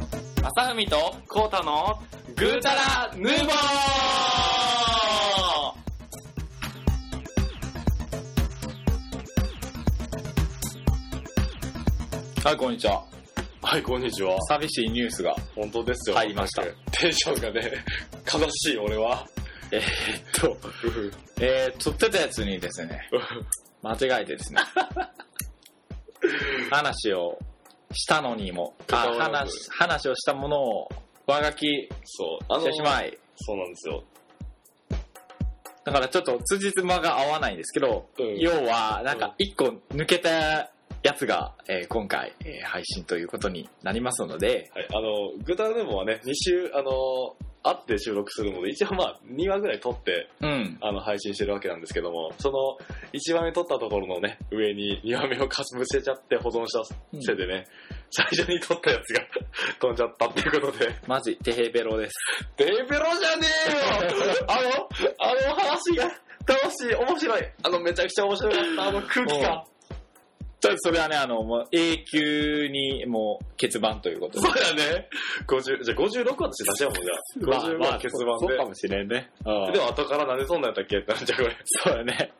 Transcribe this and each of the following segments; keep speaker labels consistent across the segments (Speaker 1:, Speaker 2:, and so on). Speaker 1: ふみとこうたのぐーたらヌーボー
Speaker 2: はい、こんにちは。
Speaker 1: はい、こんにちは。
Speaker 2: 寂しいニュースが。
Speaker 1: 本当ですよ。
Speaker 2: 入りました
Speaker 1: テンションがね、悲しい、俺は。
Speaker 2: えー、っと、 えー、撮ってたやつにですね、間違えて ですね、話をしたのにも、あ
Speaker 1: 関わらず
Speaker 2: 話話をしたものを上書き
Speaker 1: そう。あ
Speaker 2: してしまい、
Speaker 1: そうなんですよ。
Speaker 2: だからちょっと辻褄が合わないんですけど、
Speaker 1: うん
Speaker 2: 要は、なんか一個抜けたやつが、えー今回、えー配信ということになりますので、
Speaker 1: はい、あの、グータラヌーボーはね、2週、あの、会って収録するので、一応まあ、2話ぐらい撮って、
Speaker 2: うん。
Speaker 1: あの、配信してるわけなんですけども、その、1話目撮ったところのね、上に2話目をかすぶせちゃって保存したせいでね、最初に撮ったやつが 飛んじゃったっていうことで、
Speaker 2: マジ、テヘベロです。
Speaker 1: デベロじゃねえよあの、あの話が楽しい、面白い。あの、めちゃくちゃ面白かった、あの空気感。
Speaker 2: とりあえずそれはね、あの、もう永久にもう欠番ということで
Speaker 1: そ。うやね。50、じゃあ56話として出しようもん、じゃあ。56話結番
Speaker 2: そう
Speaker 1: で
Speaker 2: か。もしれんね。
Speaker 1: でも後からなんでそんなんやったっけってなっちゃうこれ。
Speaker 2: そうだね。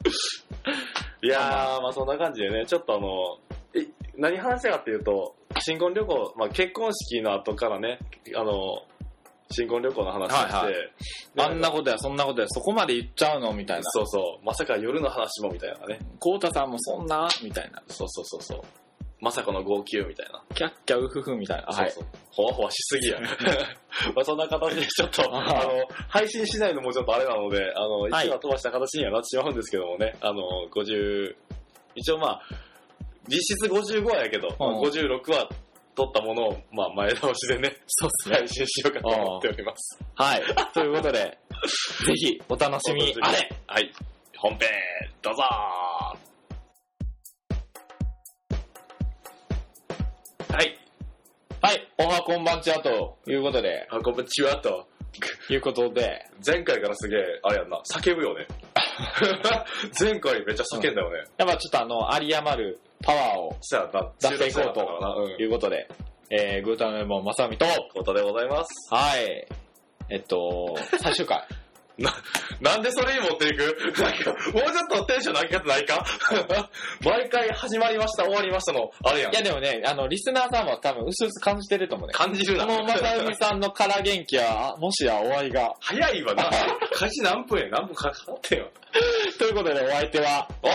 Speaker 1: いやー、まあそんな感じでね、ちょっとあの、え、何話したかっていうと、新婚旅行、まあ結婚式の後からね、あの、新婚旅行の話をして、
Speaker 2: はいはい
Speaker 1: で
Speaker 2: あんなことやそんなことや、そこまで言っちゃうのみたいな。
Speaker 1: そうそう、まさか夜の話もみたいなね、
Speaker 2: こうたさんもそんなみたいな。
Speaker 1: そうそうそうそう、まさかの号泣みたいな、
Speaker 2: キャッキャウフフみたいな。はい。
Speaker 1: そうそう、ほわほわし すぎや。まあそんな形でちょっと、
Speaker 2: あ
Speaker 1: あの、配信しないのもちょっとあれなので、あの、
Speaker 2: はい
Speaker 1: 一話飛ばした形にはなってしまうんですけどもね、あの、50、一応まあ、実質55話やけど、まあ
Speaker 2: うん
Speaker 1: 56話撮ったものを、まあ前倒しでね、
Speaker 2: そうっすね。
Speaker 1: 配信しようかと思っております。
Speaker 2: はい。ということで、ぜひ お楽しみあれ
Speaker 1: はい。本編、どうぞはい。
Speaker 2: はい。おはこんばんちはということで、
Speaker 1: あ、こんちはと。
Speaker 2: いうことで、
Speaker 1: 前回からすげえ、あれやんな、叫ぶよね。 前回めっちゃ叫んだよね。
Speaker 2: やっぱちょっとあの、有り余るパワーを
Speaker 1: さあ、
Speaker 2: 出していこうと
Speaker 1: う
Speaker 2: いうことで、えー、グータンメモンまさみと、
Speaker 1: ことでございます。
Speaker 2: はい。えっと、最終回。
Speaker 1: なんでそれに持っていくなんか、もうちょっとテンションの上げ方ないか 毎回始まりました、終わりましたの、あれやん
Speaker 2: い。やでもね、あの、リスナーさんは多分、うすうす感じてると思うね。
Speaker 1: 感じる
Speaker 2: こ
Speaker 1: な。
Speaker 2: のまさみさんのから元気は、あもしやお会いが。
Speaker 1: 早いわな。開始何分や何分かかってんよ。
Speaker 2: ということで、お相手は、
Speaker 1: おい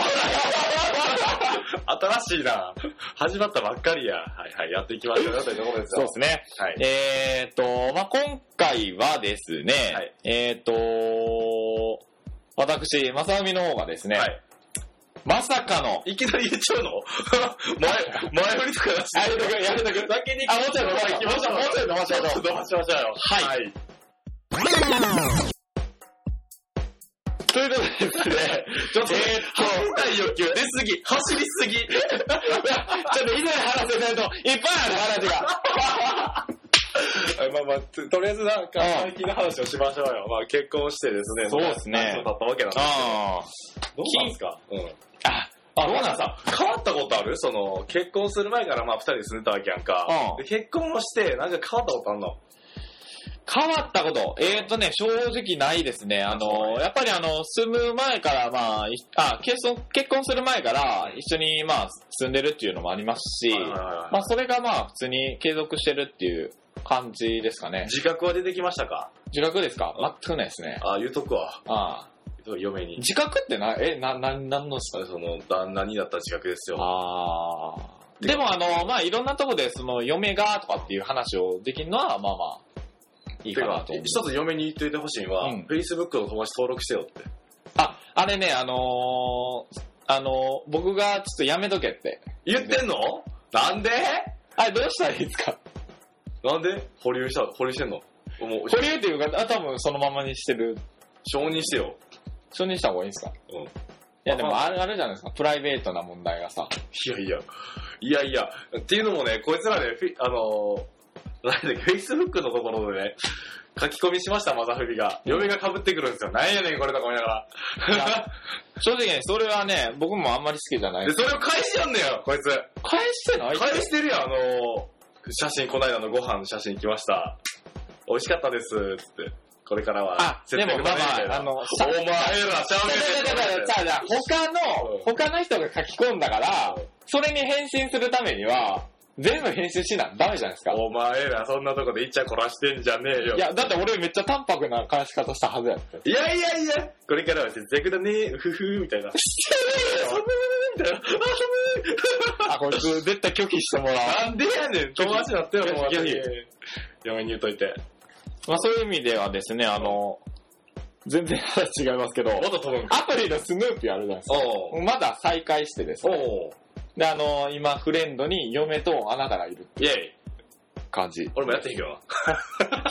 Speaker 1: 新しいな。始まったばっかりや。はいはい、やっていきましょ うよというところです
Speaker 2: そう
Speaker 1: よ
Speaker 2: で。すね。
Speaker 1: はい。
Speaker 2: えーっと、まあ、今回はですね、
Speaker 1: はい
Speaker 2: えーっと、私、まさみの方がですね、
Speaker 1: はい。
Speaker 2: まさかの、
Speaker 1: いきなり言っちゃうの 前、前振りとか出して。
Speaker 2: やめとくやめとく
Speaker 1: 先に
Speaker 2: あもうちょい飲ましょう
Speaker 1: 行きましょう。
Speaker 2: もうちょい飲ましょう
Speaker 1: もうちょい飲ましょうよ。
Speaker 2: はい
Speaker 1: はい。
Speaker 2: ということでですね、
Speaker 1: ちょっ
Speaker 2: えーっと
Speaker 1: と、え走りたい欲求出すぎ。走り すぎ。
Speaker 2: ちょっと以前話せないと、いっぱいある話が。
Speaker 1: まあまあ、ととりあえずなんか、
Speaker 2: うん
Speaker 1: 最近の話をしましょうよ。まあ結婚してですね。
Speaker 2: そうですね
Speaker 1: 何年経ったわけなんで
Speaker 2: あ
Speaker 1: どうなんですかうん。
Speaker 2: あ。あ、どうなん
Speaker 1: さ、変わったことあるその、結婚する前からまあ二人で住んでたわけやんか。
Speaker 2: うん
Speaker 1: で結婚をして、なんか変わったことあんの
Speaker 2: 変わったこと、えー、とね、正直ないですね。あの、やっぱりあの、住む前から、まあ、いあ結婚、結婚する前から一緒に、まあ、住んでるっていうのもありますし、ま
Speaker 1: ま
Speaker 2: あ、それがまあ、普通に継続してるっていう感じですかね。
Speaker 1: 自覚は出てきましたか
Speaker 2: 自覚ですか全くないですね。
Speaker 1: あ、言うとくわ。
Speaker 2: ああ
Speaker 1: 嫁に。
Speaker 2: 自覚ってな、え、な、な、なんのですか
Speaker 1: その、旦那になった自覚ですよ。
Speaker 2: ああ。でもあの、まあ、いろんなとこで、その、嫁がとかっていう話をできるのは、まあまあ、いい
Speaker 1: て
Speaker 2: かな
Speaker 1: か
Speaker 2: と思う。
Speaker 1: 一つ嫁に言っといてほしいのは、
Speaker 2: うん
Speaker 1: Facebook の友達登録してよって。
Speaker 2: あ、あれね、あのーあのー僕がちょっとやめとけって。
Speaker 1: 言ってんのなんで
Speaker 2: あれどうしたらいいですか
Speaker 1: なんで保留した、保留してんのもう、
Speaker 2: 保留っていうか、あ、多分そのままにしてる。
Speaker 1: 承認してよ。
Speaker 2: 承認した方がいいんですか
Speaker 1: うん
Speaker 2: いやでもあれ、あれじゃないですか。プライベートな問題がさ。
Speaker 1: いやいや、いやいや、っていうのもね、こいつらね、フィあのー、なんだっけ、Facebook のところでね、書き込みしました、マザフリが。嫁が被ってくるんですよ。なんやねん、これとか思いなが
Speaker 2: いや
Speaker 1: ら。
Speaker 2: 正直ね、それはね、僕もあんまり好きじゃない
Speaker 1: で、。それを返しやんねよ、こいつ。
Speaker 2: 返してない
Speaker 1: 返してるやん、あのー、写真、この間のご飯の写真来ました。美味しかったです、つって。これからは
Speaker 2: あ、でもまあまあ、あの、
Speaker 1: お前ら、し
Speaker 2: だから
Speaker 1: ゃ
Speaker 2: だからさだから他
Speaker 1: うん
Speaker 2: の、他の人が書き込んだから、それに返信するためには、全部返信しなダメじゃないですか。
Speaker 1: お前ら、そんなとこでイチャコラしてんじゃねえよ。
Speaker 2: いや、だって俺めっちゃ淡白な返し方したはずやった。
Speaker 1: いやいやいや、これからは節約だね、うふふ、みた いな。
Speaker 2: してね
Speaker 1: みたいな。
Speaker 2: えよあ、こいつ絶対拒否してもらおう。
Speaker 1: なんでやねん、友達だってよ、友達
Speaker 2: いやい
Speaker 1: に
Speaker 2: や。
Speaker 1: 嫁に言うといて。
Speaker 2: まあそういう意味ではですね、あの、全然話違いますけど、
Speaker 1: 元飛ぶんか。
Speaker 2: アプリのスヌーピーあるじゃないですか。
Speaker 1: おう
Speaker 2: まだ再開してですね。
Speaker 1: おう
Speaker 2: で、あの、今、フレンドに嫁とあなたがいる
Speaker 1: イェイ。
Speaker 2: 感じ。
Speaker 1: 俺もやってへんけど な。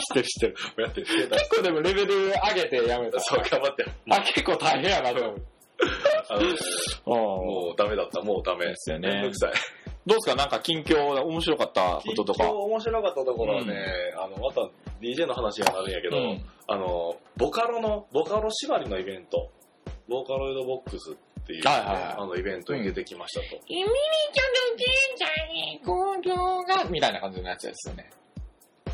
Speaker 2: してるしてる。
Speaker 1: やってへん
Speaker 2: 結構でもレベル上げてやめた。
Speaker 1: そう、頑張って。
Speaker 2: あ、結構大変やなと思
Speaker 1: あの
Speaker 2: う。うん。
Speaker 1: もうダメだった、もうダメ。
Speaker 2: ですよね
Speaker 1: めんどくさい。
Speaker 2: どうですかなんか近況、面白かったことと
Speaker 1: 一
Speaker 2: か
Speaker 1: 応。面白かったところはね、あの、また DJ の話がなるんやけど、
Speaker 2: うん
Speaker 1: あの、ボカロの、ボカロ縛りのイベント、ボーカロイドボックスっていうね、
Speaker 2: はいはいはい
Speaker 1: あのイベントに出てきましたと。
Speaker 2: ミミちょの神社に工業が、みたいな感じのやつですよね。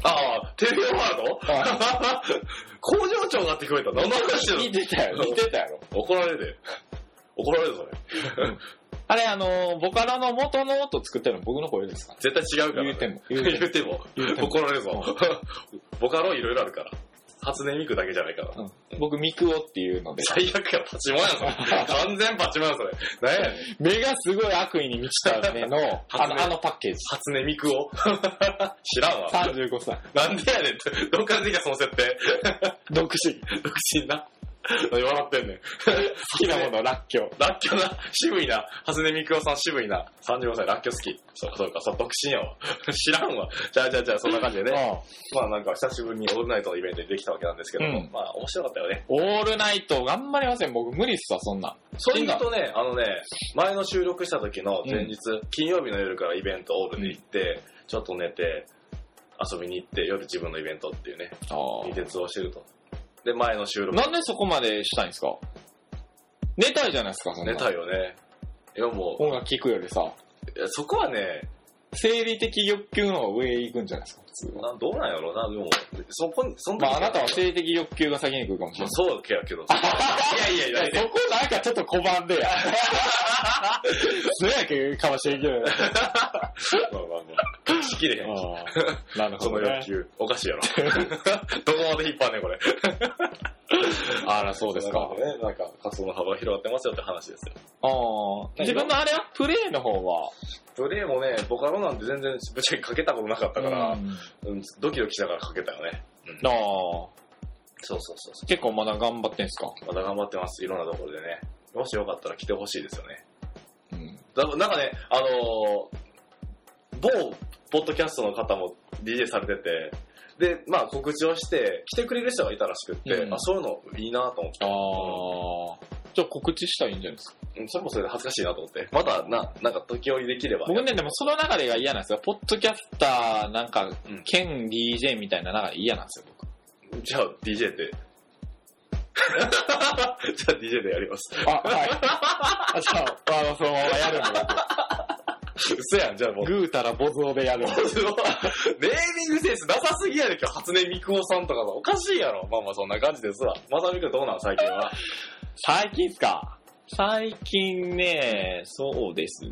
Speaker 1: ああ、テレビワード
Speaker 2: あ
Speaker 1: 工場長がって聞こえた。何の話だ
Speaker 2: 似てたよ、似てたやろ。
Speaker 1: 怒られるで。怒られるそれ。
Speaker 2: あれ、あの、ボカロの元の音作ってるの僕の声ですか
Speaker 1: 絶対違うから、
Speaker 2: 言うても。言
Speaker 1: 言
Speaker 2: う
Speaker 1: う
Speaker 2: ても。
Speaker 1: ても。
Speaker 2: 言うても
Speaker 1: 怒られるぞ。ボカロいろいろあるから。初音ミクだけじゃないから。
Speaker 2: うん 僕、ミクオっていうので。
Speaker 1: 最悪や、パチモンや それ。完全パチモンやそれ。なんやねん。
Speaker 2: 目がすごい悪意に満ちた目 の、あ
Speaker 1: 発明
Speaker 2: の、あのパッ ケージ。
Speaker 1: 初音ミクを。知らんわ。
Speaker 2: 35歳。
Speaker 1: なんでやねんって。どっからできたその設定。
Speaker 2: 独身。
Speaker 1: 独身な。何笑ってんねん。
Speaker 2: 好きなもの、らっきょう。
Speaker 1: らっきょな。渋いな。初音ミクオさん渋いな。35歳、らっきょ好き。そうかそうか、そう独身やわ。知らんわ。じゃあじゃあじゃあ、そんな感じでね。まあなんか久しぶりにオールナイトのイベントにできたわけなんですけども、
Speaker 2: うん
Speaker 1: まあ面白かったよね。
Speaker 2: オールナイト、頑張りません。僕、無理っすわ、そんな。
Speaker 1: それ言うとね、あのね、前の収録した時の前日、金曜日の夜からイベントオールに行って、ちょっと寝て、遊びに行って、夜自分のイベントっていうね、
Speaker 2: あー
Speaker 1: 二徹をしてると。で、前の収録、
Speaker 2: なんでそこまでしたいんですか寝たいじゃないですか、そんな。
Speaker 1: 寝たよね。いやも
Speaker 2: 音楽聴くよりさ、
Speaker 1: う、いやそこはね、
Speaker 2: 生理的欲求の方が上へ行くんじゃないですか、普通は。
Speaker 1: などうなんやろうな、でも、そこに、そん
Speaker 2: まあ、あなたは生理的欲求が先に来るかもしれ
Speaker 1: まあ
Speaker 2: ない。
Speaker 1: そうだけやけどさ。 いやいやいや、
Speaker 2: そこなんかちょっと拒んで や。そやけかもしれんけどね。
Speaker 1: まあまあまあ、しきれへん。
Speaker 2: なる
Speaker 1: その
Speaker 2: ほど
Speaker 1: 欲
Speaker 2: ね。
Speaker 1: 求、おかしいや ろ。どこまで引っ張んねん、これ。
Speaker 2: あら、そうですか。
Speaker 1: ね、なんか、活動の幅が広がってますよって話ですよ。
Speaker 2: あー自分のあれはプレイの方は。
Speaker 1: プレイもね、ボカロなんて全然ぶっちゃけかけたことなかったから、
Speaker 2: うん
Speaker 1: うんドキドキしながらかけたよね。
Speaker 2: あー
Speaker 1: そうそうそうそ
Speaker 2: 結構まだ頑張ってんすか。
Speaker 1: う。まだ頑張ってます、いろんなところでね。もしよかったら来てほしいですよね。
Speaker 2: うん。
Speaker 1: だなんかね、あのー某ポッドキャストの方も DJ されてて、で、まあ告知をして、来てくれる人がいたらしくって、
Speaker 2: うん
Speaker 1: あそういうのいいなと思って
Speaker 2: ああ。じゃあ告知したらいいんじゃないですか。
Speaker 1: うん、それもそれで恥ずかしいなと思って、またな、なんか時折できれば。
Speaker 2: 僕ね、でもその流れが嫌なんですよ。ポッドキャスター、なんか
Speaker 1: うん、
Speaker 2: 兼 DJ みたいな流れ嫌なんですよ、僕。
Speaker 1: じゃあ DJ で。 じゃあ DJ でやります。
Speaker 2: あ、はい。あ、じゃあ、あの、そのままやるんだ。
Speaker 1: 嘘やん、じゃあ もう。
Speaker 2: グータラボゾーでやるんだ。
Speaker 1: すごいネーミングセンスなさすぎやで今日、初音ミクオさんとかさ、おかしいやろ。まあまあそんな感じですわ。まさみくんどうなん最近 は。
Speaker 2: 最近っすか最近ね、そうです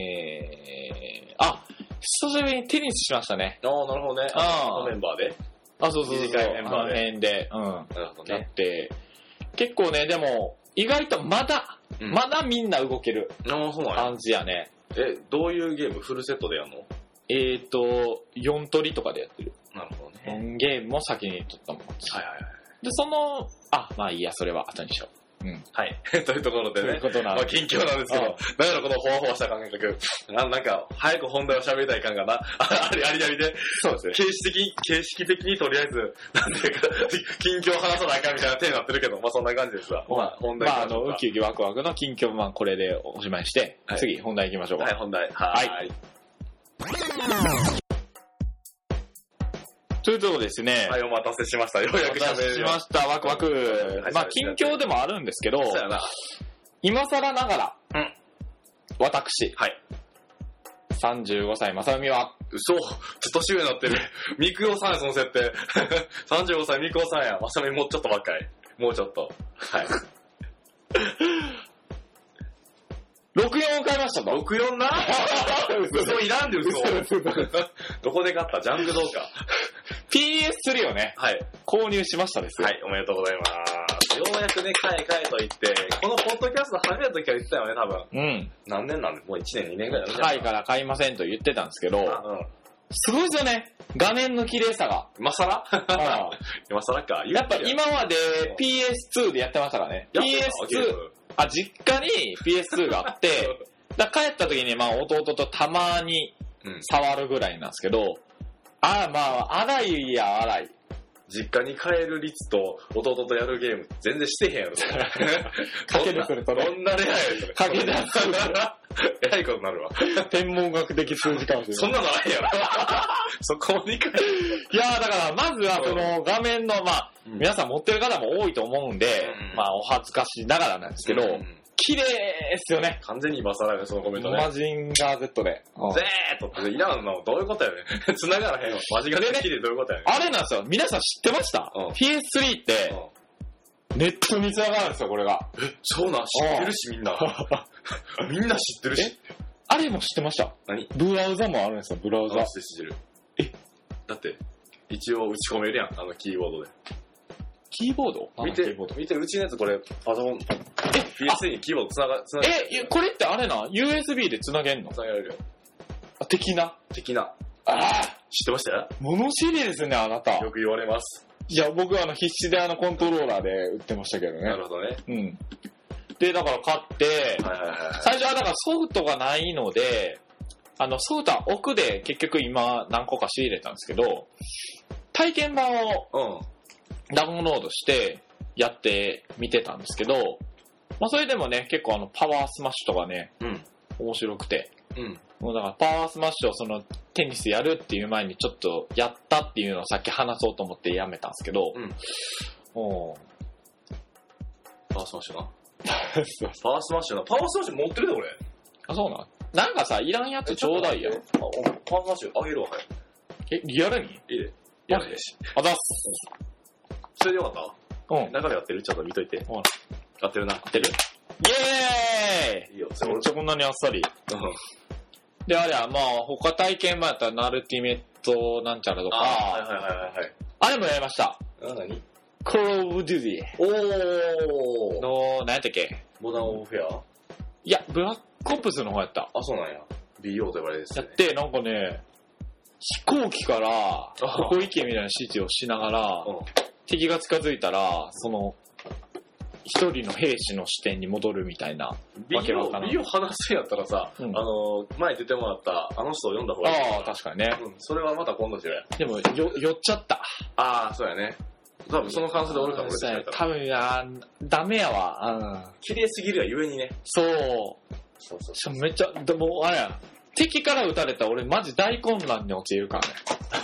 Speaker 2: ね。あ、久しぶりにテニスしましたね。
Speaker 1: ああ、なるほどね。
Speaker 2: あー
Speaker 1: このメンバーで。
Speaker 2: あ、そうそうそう。
Speaker 1: 短いメンバーで
Speaker 2: あの辺で。うん。
Speaker 1: なるほど
Speaker 2: やっ。て。結構ね、でも、意外とまだ、
Speaker 1: うん
Speaker 2: まだみんな動ける
Speaker 1: ああ、そうなんや。
Speaker 2: 感じやね。
Speaker 1: え、どういうゲームフルセットでやんの
Speaker 2: えーと、4取りとかでやってる。
Speaker 1: なるほどね。
Speaker 2: 4ゲームも先に取ったもん。で、
Speaker 1: はいはい
Speaker 2: その、あ、まあいいや、それは後にしよ
Speaker 1: はい。はい。 というところ
Speaker 2: う。
Speaker 1: で
Speaker 2: という
Speaker 1: ね。
Speaker 2: ことな
Speaker 1: ま
Speaker 2: ん
Speaker 1: あ、
Speaker 2: で。
Speaker 1: 近況なんですけ
Speaker 2: うん
Speaker 1: ど、なんやろこのほわほわした感覚。ななんか、早く本題を喋りたい感がな、あありありありで、
Speaker 2: そうですね。
Speaker 1: 形式的に、形式的にとりあえず、なんていうか、 近況話さなあかんみたいな手になってるけど、まあそんな感じですわ。まあ本題
Speaker 2: まあ、あ
Speaker 1: 行きましょ
Speaker 2: の、
Speaker 1: うか
Speaker 2: ウキウキワクワクの近況版これでおしまいにして、
Speaker 1: はい
Speaker 2: 次本題行きましょうか。
Speaker 1: はい、本題。はーい。
Speaker 2: というところですね。
Speaker 1: はい、お待たせしました。ようやく
Speaker 2: お待
Speaker 1: 喋
Speaker 2: たせ
Speaker 1: れ
Speaker 2: し
Speaker 1: る。
Speaker 2: ました、ワクワク
Speaker 1: はい。
Speaker 2: まあ、近況でもあるんですけど、
Speaker 1: そうやな。
Speaker 2: 今更ながら、
Speaker 1: うん
Speaker 2: 私、
Speaker 1: はい。
Speaker 2: 35歳、正海は、
Speaker 1: う嘘、ちょっと年上になってる。 みくおさんや、その設定。35歳、みくおさんや。まさみもうちょっと若い。もうちょっと。はい。
Speaker 2: 64を買いましたと。
Speaker 1: 64な嘘いらんで嘘。 どこで買ったジャンルどうか。
Speaker 2: PS3 をね、
Speaker 1: はい。
Speaker 2: 購入しましたですよ。
Speaker 1: はい、おめでとうございます。ようやくね、買え買えと言って、このポッドキャスト始めた時は言ってたよね、多分。
Speaker 2: うん。
Speaker 1: 何年なんでもう1年、2年ぐらいだね。
Speaker 2: 高いから買いませんと言ってたんですけど、
Speaker 1: う
Speaker 2: すごいですよね。画面の綺麗さが。
Speaker 1: ん。今更
Speaker 2: うん
Speaker 1: 今更か。
Speaker 2: やっぱ今まで
Speaker 1: うん
Speaker 2: PS2 でやってましたからね。
Speaker 1: やってたゲー
Speaker 2: PS2、
Speaker 1: ム
Speaker 2: あ、実家に PS2 があ って、だから帰った時にまあ弟とたまに
Speaker 1: うん
Speaker 2: 触るぐらいなんですけど、あまあ、荒いや荒い。
Speaker 1: 実家に帰る率と弟とやるゲーム全然してへんや ろ、それ
Speaker 2: 賭けでするとね
Speaker 1: どんなどんな恋愛やそれ。。
Speaker 2: 賭けです
Speaker 1: えらいことになるわ。
Speaker 2: 天文学的数字かもしれ
Speaker 1: そんなのないやろ。 そこに帰る。
Speaker 2: いやーだから、まずはその画面の、まあ、
Speaker 1: うん
Speaker 2: 皆さん持ってる方も多いと思うんで、
Speaker 1: うん
Speaker 2: まあ、お恥ずかしながらなんですけど、
Speaker 1: うん
Speaker 2: 綺麗ですよね。
Speaker 1: 完全に今更ね、そのコメントね。
Speaker 2: マジンガー Z で。
Speaker 1: ぜーっとって、いらんの、どういうことやねん。繋がらへんわ。マジができでどういうことやねん。
Speaker 2: あれなんですよ。皆さん知ってました
Speaker 1: うん
Speaker 2: ?PS3 っ
Speaker 1: う
Speaker 2: て
Speaker 1: ん
Speaker 2: ネットに繋がるんですよ、これが。
Speaker 1: そうなん、知ってるし、みんな。みんな知ってるし。
Speaker 2: あれも知ってました。
Speaker 1: 何
Speaker 2: ブラウザもあるんですよ、ブラウザ
Speaker 1: あ。知ってる。えだって、一応打ち込めるやん、あのキーボードで。
Speaker 2: キーボードあ
Speaker 1: 見
Speaker 2: のキ
Speaker 1: て
Speaker 2: ーボード、
Speaker 1: 見て、うちのやつこれ、パソコン、PS にキーボードつなが、つなが
Speaker 2: え、ゆこれってあれな ?USB で繋げんの
Speaker 1: つながれるよ。
Speaker 2: あ的な。
Speaker 1: 的な。
Speaker 2: ああ
Speaker 1: 知ってましたよ
Speaker 2: 物知りですね、あなた。
Speaker 1: よく言われます。
Speaker 2: いや、僕はあの必死であのコントローラーで売ってましたけどね。
Speaker 1: なるほどね。
Speaker 2: うん。で、だから買って、
Speaker 1: はいはいはいはい。
Speaker 2: 最初はだからソフトがないので、あの、ソフトは奥で結局今何個か仕入れたんですけど、体験版を
Speaker 1: うん。
Speaker 2: ダウンロードしてやってみてたんですけど、まあそれでもね、結構あのパワースマッシュとかね、
Speaker 1: うん。
Speaker 2: 面白くて、
Speaker 1: うん。
Speaker 2: もうだからパワースマッシュをそのテニスやるっていう前にちょっとやったっていうのをさっき話そうと思ってやめたんですけど、
Speaker 1: うん
Speaker 2: おー。
Speaker 1: パワースマッシュな。パワースマッシュな。パワースマッシュ持ってるで、俺。
Speaker 2: あ、そうなんなんかさ、いらんやつちょうだいや。
Speaker 1: あおパワースマッシュあげるわ、はい。
Speaker 2: え、リアルに
Speaker 1: いいで。
Speaker 2: マ
Speaker 1: や
Speaker 2: ジで
Speaker 1: るし。
Speaker 2: あざっす。
Speaker 1: それでよかった
Speaker 2: うん。合
Speaker 1: 中でやってるちょっと見といて。
Speaker 2: ほら
Speaker 1: やってるな。
Speaker 2: ってるイエ
Speaker 1: いいよ、そ
Speaker 2: ーイ
Speaker 1: れ
Speaker 2: めっ
Speaker 1: 俺。
Speaker 2: ちゃこんなにあっさり。
Speaker 1: うん
Speaker 2: で、あれはまあ、他体験版やったら、ナルティメットなんちゃらとか、
Speaker 1: あ
Speaker 2: あ
Speaker 1: ー、はいはいはいはい。
Speaker 2: れもやりました。
Speaker 1: あ、なに
Speaker 2: コールオブデュデ
Speaker 1: お
Speaker 2: ィの、何やったっけ
Speaker 1: モダンオフェア
Speaker 2: いや、ブラックオプスの方やった。
Speaker 1: あ、そうなんや。BO と呼ばれるやつ
Speaker 2: や
Speaker 1: ね
Speaker 2: って、なんかね、飛行機から、ここ行けみたいな指示をしながら
Speaker 1: うん、
Speaker 2: 敵が近づいたら、その、一人の兵士の視点に戻るみたいな。
Speaker 1: ビ
Speaker 2: わけわからん
Speaker 1: オ話すんやったらさ、
Speaker 2: うん
Speaker 1: あのー、前出てもらったあの人を読んだ方がいい。
Speaker 2: ああ、確かにね。
Speaker 1: うん、それはまた今度しろや。
Speaker 2: でも、よ、寄っちゃった。
Speaker 1: ああ、そうやね。多分その感想で俺から俺
Speaker 2: そう
Speaker 1: し
Speaker 2: や
Speaker 1: か
Speaker 2: ね
Speaker 1: やか
Speaker 2: 多
Speaker 1: ら。
Speaker 2: 分あーダメやわ。うん。
Speaker 1: 綺麗すぎるがゆえにね。
Speaker 2: そう。
Speaker 1: そうそう。
Speaker 2: しかもめっちゃ、でもあれやん。敵から撃たれたら俺マジ大混乱に陥るか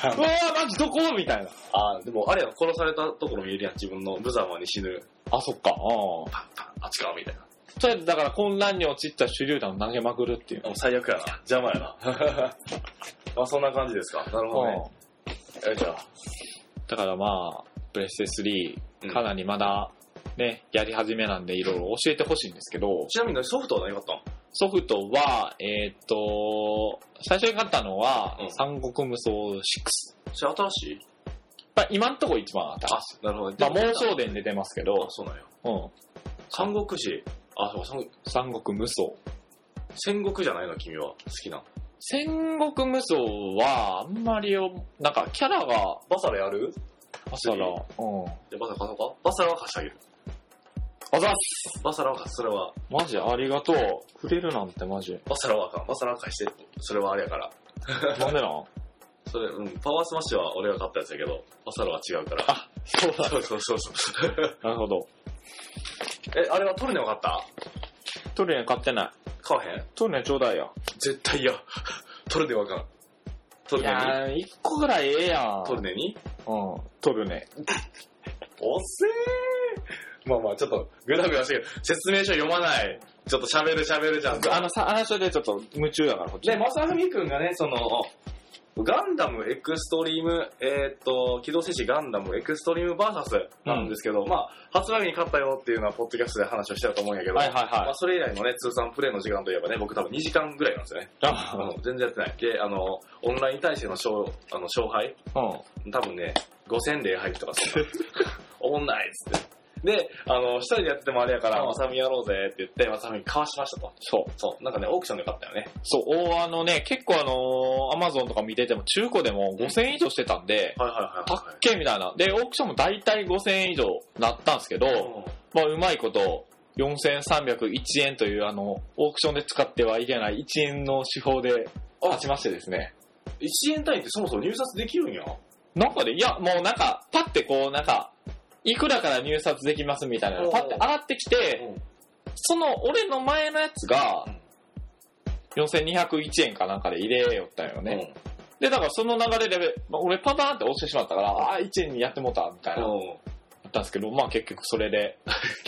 Speaker 2: らね。うわーマジどこみたいな。
Speaker 1: ああ、でもあれやん、殺されたところ見えるやん、自分の無様に死ぬ。
Speaker 2: あ、そっか。うん。
Speaker 1: パンパン、あっちか、みたいな。
Speaker 2: とりあえずだから混乱に陥った手榴弾を投げまくるっていう。
Speaker 1: もう最悪やな。 邪魔やな。あ、そんな感じですか。なるほどね。
Speaker 2: う
Speaker 1: よいしょ。
Speaker 2: んだからまあ、プレステ
Speaker 1: うん
Speaker 2: 3、かなりまだ、ね、やり始めなんでいろいろ教えてほしいんですけど、
Speaker 1: ちなみにソフトは何買ったん
Speaker 2: ソフトは、えーっと、最初に買ったのは
Speaker 1: うん、
Speaker 2: 三国無双6。
Speaker 1: それ新しい
Speaker 2: まあ、今んとこ一番新しい。
Speaker 1: あ、なるほどね。
Speaker 2: まあ、妄想伝出てますけ
Speaker 1: あ
Speaker 2: ど、
Speaker 1: そうなんや。
Speaker 2: うん。
Speaker 1: 三国志。あ、そうか、三国
Speaker 2: 三国無双。
Speaker 1: 戦国じゃないの、君は。好きな。
Speaker 2: 戦国無双は、あんまりよ、なんかキャラが、
Speaker 1: バサラやる
Speaker 2: あそら、うん。
Speaker 1: じゃあバサラ貸そうかバサラは貸してあげる。
Speaker 2: あざっす
Speaker 1: バサラは貸す。それは。
Speaker 2: マジありがとう。触れるなんてマ ジ。
Speaker 1: バサラはあかん。バサラは貸して。それはあれやから。
Speaker 2: なんでなん
Speaker 1: それ、うん。パワースマッシュは俺が買ったやつやけど、バサラは違うから。
Speaker 2: あ、そうだ。
Speaker 1: そうそうそうそう。
Speaker 2: なるほど。
Speaker 1: え、あれはトルネは買った
Speaker 2: トルネ買ってない。
Speaker 1: 買わへん
Speaker 2: トルネちょうだいよ。
Speaker 1: 絶対嫌。トルネはあかん。ト
Speaker 2: い
Speaker 1: ルネに
Speaker 2: やー、一個ぐらいええやん。
Speaker 1: トルネに
Speaker 2: うん、トルネ。
Speaker 1: おせーまあまあ、ちょっと、グラグラしてる。説明書読まない。ちょっと喋る喋るじゃんと。
Speaker 2: あのさ、あの人でちょっと夢中だから、こっち。
Speaker 1: で、まさふみくんがね、その、ガンダムエクストリーム、えーっと、機動戦士ガンダムエクストリームバーサスなんですけど、まあ、初波に勝ったよっていうのは、ポッドキャストで話をしてたと思うんやけど、
Speaker 2: はいはい
Speaker 1: ま
Speaker 2: は
Speaker 1: あ、それ以来のね、通算プレイの時間といえばね、僕多分2時間ぐらいなんですよね。あ の
Speaker 2: い。
Speaker 1: 全然やってない。で、あの、オンラインに対しての勝あの勝敗、
Speaker 2: う
Speaker 1: 多分ね、5000例入ってます。 おもんないっつって。で、あの、一人でやっててもあれやから、
Speaker 2: うん
Speaker 1: まさみやろうぜって言って、まさみかわしましたと。
Speaker 2: そう。
Speaker 1: そう。なんかね、オークションで買ったよね。
Speaker 2: そう、おあのね、結構あのー、アマゾンとか見てても、中古でも5000円以上してたんで、
Speaker 1: はいは
Speaker 2: パッケーみたいな。で、オークションも大体5000円以上なったんですけど、
Speaker 1: うん
Speaker 2: まあ、うまいこと、4301円という、あの、オークションで使ってはいけない1円の手法で勝ちましてですね。
Speaker 1: 1円単位ってそもそも入札できるんや。
Speaker 2: なんかで、いや、もうなんか、パってこう、なんか、いくらから入札できますみたいなの
Speaker 1: おう
Speaker 2: パって上がってきて、その俺の前のやつが
Speaker 1: うん、
Speaker 2: 4201円かなんかで入れよったんよね。
Speaker 1: ね。
Speaker 2: で、だからその流れで、まあ俺パターンって押してしまったから、ああ、1円にやってもうた、みたいな、だ
Speaker 1: う
Speaker 2: ったんですけど、まあ結局それ で、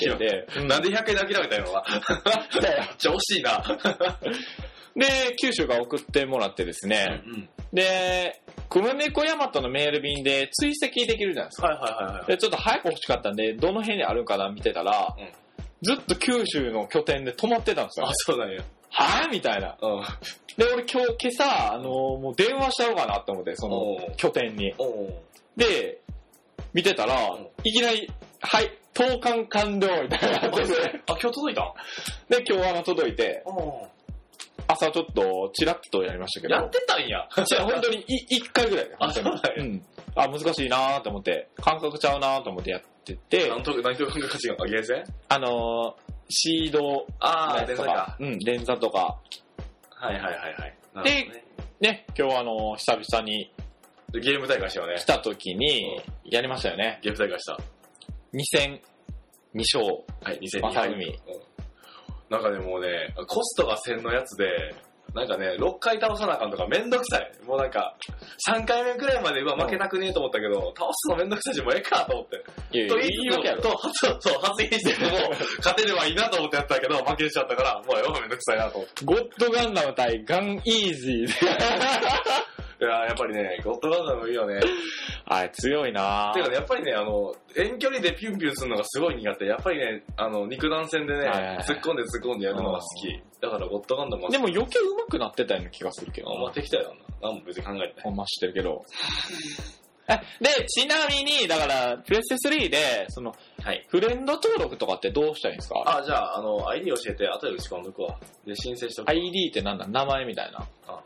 Speaker 1: いや
Speaker 2: で、
Speaker 1: ん。なんで100円で諦めたんやろな。めっちゃ惜しいな。
Speaker 2: で、九州が送ってもらってですね、
Speaker 1: ん。
Speaker 2: で、久米猫ヤマトのメール便で追跡できるじゃないですか。
Speaker 1: はいはいはいはい。
Speaker 2: で、ちょっと早く欲しかったんで、どの辺にあるんかな見てたら、
Speaker 1: うん
Speaker 2: ずっと九州の拠点で止まってたんですよ
Speaker 1: あ、。そうなんや。
Speaker 2: はぁみたいな。
Speaker 1: うん。
Speaker 2: で、俺今日、今朝、あのーもう電話しちゃおうかなと思って、その
Speaker 1: おう
Speaker 2: 拠点に。
Speaker 1: おう
Speaker 2: で、見てたら
Speaker 1: うん、
Speaker 2: いきなり、はい、投函完了みたいな
Speaker 1: あ、
Speaker 2: 感じで、
Speaker 1: 今日届いた
Speaker 2: で、今日あの届いて、
Speaker 1: お
Speaker 2: 朝ちょっと、チラッとやりましたけど、
Speaker 1: やってたんや。
Speaker 2: 違う本当にい一回ぐらい
Speaker 1: あそうなんや
Speaker 2: ん。あ、難しいなと思って、感覚ちゃうなと思ってやってて、
Speaker 1: なんと、何とか価値が、あ、ゲーセン
Speaker 2: あのーシードの
Speaker 1: あ
Speaker 2: やつとか、。うん、連座とか、
Speaker 1: はいはいはいは
Speaker 2: で
Speaker 1: い。なるほどね
Speaker 2: ね、今日あのー久々に
Speaker 1: でゲーム大会したよね
Speaker 2: 来。た時に、やりましたよね。
Speaker 1: ゲーム大会した。
Speaker 2: 2戦、2勝。
Speaker 1: はい、2002
Speaker 2: まさぐみ
Speaker 1: うんなんかね、もうね、コストが1000のやつで、なんかね、6回倒さなあかんとかめんどくさい。もうなんか、3回目くらいまでは負けたくねえと思ったけど、倒すのめんどくさいし、もうええかと思って。
Speaker 2: いやい
Speaker 1: と
Speaker 2: や
Speaker 1: 言いつ
Speaker 2: 訳ある
Speaker 1: つと、そうそう発言してて も、勝てればいいなと思ってやってたけど、負けちゃったから、もうよ、めんどくさいなと思って。
Speaker 2: ゴッドガンダム対ガンイージーで。
Speaker 1: いやーやっぱりね、ゴッドガンダムいいよね。
Speaker 2: あれ強いなぁ
Speaker 1: てかね、やっぱりね、あの、遠距離でピュンピュンするのがすごい苦手。やっぱりね、あの、肉弾戦でね
Speaker 2: はいはいはい、
Speaker 1: 突っ込んで突っ込んでやるのが好き。だから、ゴッドガンダムは、
Speaker 2: でも余計上手くなってたような気がするけど
Speaker 1: あ、まあ、
Speaker 2: な。
Speaker 1: 適当やろな。何も別に考えてない。
Speaker 2: ほんま知ってるけ ど。えで、ちなみに、だから、プレステ3で、その、
Speaker 1: はい。
Speaker 2: フレンド登録とかってどうしたらいいんですか
Speaker 1: あ、じゃあ、あの、ID 教えて、後で打ち込んどくわ。で、申請しとく。
Speaker 2: ?ID ってなんだ名前みたいな。
Speaker 1: あ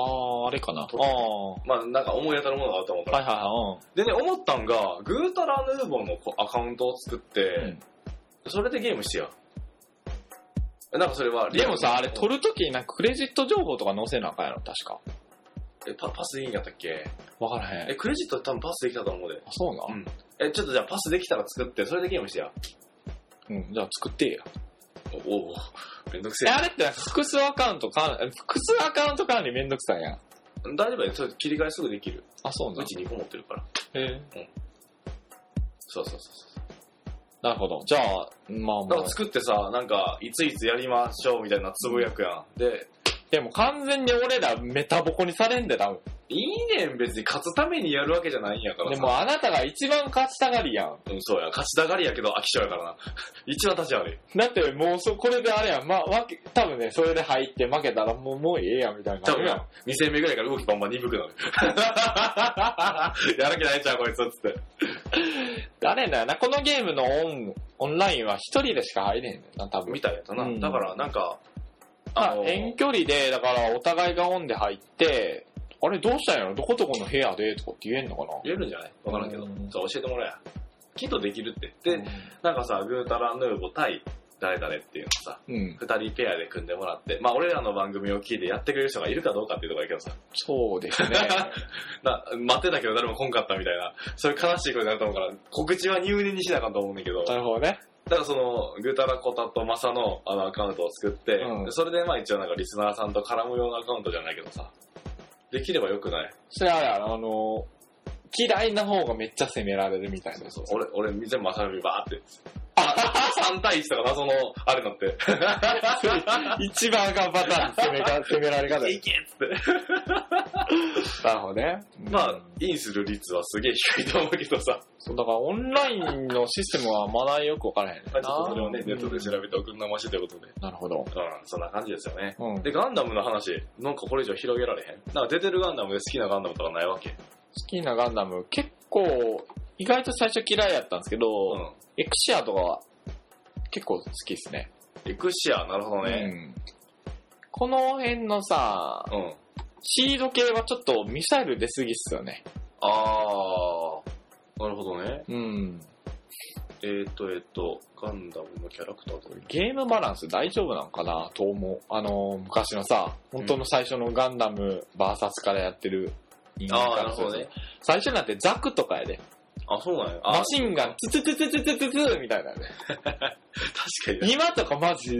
Speaker 2: あー、あれかな。あー。
Speaker 1: 登まあ、なんか思い当たるものがあると思うから。
Speaker 2: はいはいは
Speaker 1: でね、思ったんが、グータラヌーボーのこアカウントを作って、
Speaker 2: い。うん。
Speaker 1: それでゲームしてよ。なんかそれは、
Speaker 2: でもさ、あれ
Speaker 1: と
Speaker 2: 取るときになんかクレジット情報とか載せなあかんやろ、確か。
Speaker 1: えパパスでいいんやったっけ
Speaker 2: わからへん。
Speaker 1: え、クレジット多分パスできたと思うで。
Speaker 2: あ、そうな。
Speaker 1: え、ちょっとじゃあパスできたら作って、それでゲームしてや。
Speaker 2: うん、じゃあ作ってや。
Speaker 1: おおめんどくせ
Speaker 2: え、あれってなんか複数アカウント管理、複数アカウント管理めんどくさいやん。
Speaker 1: え。大丈夫やでそれ切り替えすぐできる。
Speaker 2: あ、そう
Speaker 1: うち2個持ってるから。
Speaker 2: え
Speaker 1: そうそうそうそう。
Speaker 2: なるほど。じゃあ、まあま
Speaker 1: なん
Speaker 2: あ
Speaker 1: か。作ってさ、なんか、いついつやりましょうみたいなつぶやくやん。で、
Speaker 2: でも完全に俺らメタボコにされんで、多分。
Speaker 1: いいねん別に勝つためにやるわけじゃないんやからさ。
Speaker 2: でもあなたが一番勝ちたがりやん。
Speaker 1: うん、そうや。勝ちたがりやけど飽き性やからな。 一番立ち悪い。
Speaker 2: だってもうそ、これであれやん。まあ、わけ、多分ね、それで入って負けたらもう、もうええやん、みたいな。
Speaker 1: 多分や、2戦目ぐらいから動きバンバン鈍くなる。 やる気ないじゃん、こいつ、つって。
Speaker 2: あれだよな、このゲームのオン、オンラインは一人でしか入れへんねんな、多分
Speaker 1: み。たいやったな。
Speaker 2: うん
Speaker 1: だから、なんか、
Speaker 2: ま
Speaker 1: あ
Speaker 2: あ
Speaker 1: の、
Speaker 2: 遠距離で、だからお互いがオンで入って、あれどうしたんやろどことこの部屋でとかって言えんのかな
Speaker 1: 言えるんじゃないわからんけど。
Speaker 2: うん
Speaker 1: そう教えてもらえや。きっとできるって。で、
Speaker 2: うん
Speaker 1: なんかさ、グータラヌーボ対誰々っていうのさ、
Speaker 2: うん。
Speaker 1: 二人ペアで組んでもらって、まあ俺らの番組を聞いてやってくれる人がいるかどうかっていうところやけどさ、
Speaker 2: そう ですね。
Speaker 1: な待ってたけど誰も来んかったみたいな、そういう悲しいことになると思うから、告知は入念にしなあかんと思うんだけど、
Speaker 2: なるほどね。
Speaker 1: だからその、ぐーたらこたとまさのあのアカウントを作って、
Speaker 2: うん
Speaker 1: それでまあ一応なんかリスナーさんと絡むようなアカウントじゃないけどさ、できればよくない。
Speaker 2: それあれやろあの、嫌いな方がめっちゃ責められるみたいな。
Speaker 1: そう俺、俺、全部まさみばーって。
Speaker 2: あ
Speaker 1: 3対1とか謎の、あれにな って。
Speaker 2: 一番あかんパターン、攻めか攻められ方
Speaker 1: い
Speaker 2: で
Speaker 1: けっつって。
Speaker 2: す。なるほどね。
Speaker 1: まあ、インする率はすげえ低いと思うけどさ。
Speaker 2: そうだからオンラインのシステムはまだよくわからへんねんな。
Speaker 1: まあちょっとそれをね、ネットで調べておくんなましということで。
Speaker 2: なるほど。
Speaker 1: うん、そんな感じですよね。
Speaker 2: うん。
Speaker 1: で、ガンダムの話、なんかこれ以上広げられへん。なんか出てるガンダムで好きなガンダムとかないわけ。
Speaker 2: 好きなガンダム、結構、意外と最初嫌いやったんですけど、
Speaker 1: うん。
Speaker 2: エクシアとかは結構好きですね。
Speaker 1: エクシア、なるほどね。
Speaker 2: うんこの辺のさ、
Speaker 1: うん。
Speaker 2: シード系はちょっとミサイル出すぎっすよね。
Speaker 1: あー、なるほどね。
Speaker 2: うん。
Speaker 1: えーと、えーと、ガンダムのキャラクターとか。
Speaker 2: ゲームバランス大丈夫なのかなと思う。あのー、昔のさ、本当の最初のガンダム VS からやってる人
Speaker 1: あー
Speaker 2: からすると
Speaker 1: なるほどね。
Speaker 2: 最初なんてザクとかやで。
Speaker 1: あ、そうなんや。あ
Speaker 2: マシンガン、ツツツツツツツツみたいなね。
Speaker 1: 確かに。
Speaker 2: 今とかマジ、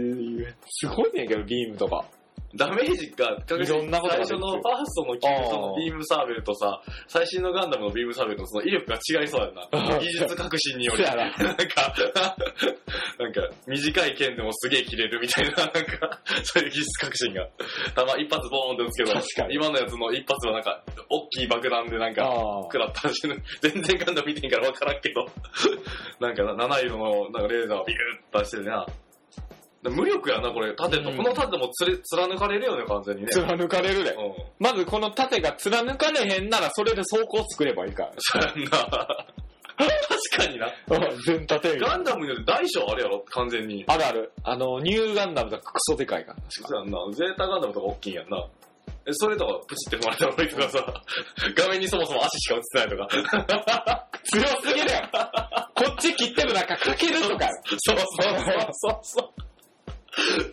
Speaker 2: すごいねんけど、ビームとか。
Speaker 1: ダメージが確実
Speaker 2: い
Speaker 1: に
Speaker 2: ろんなことがで
Speaker 1: 最
Speaker 2: き
Speaker 1: 初
Speaker 2: る
Speaker 1: のファーストのキルトのビームサーベルとさ、最新のガンダムのビームサーベルとその威力が違いそうや んな。技術革新により。
Speaker 2: そ
Speaker 1: な
Speaker 2: うんや
Speaker 1: か、 なんか、短い剣でもすげえ切れるみたいな、なんか、そういう技術革新が。たま一発ボーンって打つけど、
Speaker 2: 確かに
Speaker 1: 今のやつの一発はなんか、大きい爆弾でなんか、
Speaker 2: あ
Speaker 1: 食らったら死ぬ。全然ガンダム見てんからわからんけど。 なんかな、七色のなんかレーザーをビューッ出してるな。で無力やな、これ。盾と、
Speaker 2: うん
Speaker 1: この盾もつれ、貫かれるよね、完全にね。
Speaker 2: 貫かれるで。
Speaker 1: うん。
Speaker 2: まずこの盾が貫かれへんなら、それで装甲作ればいいから。
Speaker 1: そうやんな。確かにな。
Speaker 2: 全盾
Speaker 1: ガンダムによって大小あるやろ、完全に。
Speaker 2: あるある。あの、ニューガンダムがクソでかいから。
Speaker 1: そうやんな。ゼータガンダムとか大きいんやんな。え、それとかプチって踏まれたのにとかさ、画面にそもそも足しか映ってないとか。
Speaker 2: 強すぎるやんこっち切ってる中かけるとか。
Speaker 1: そうそうそうそうそう。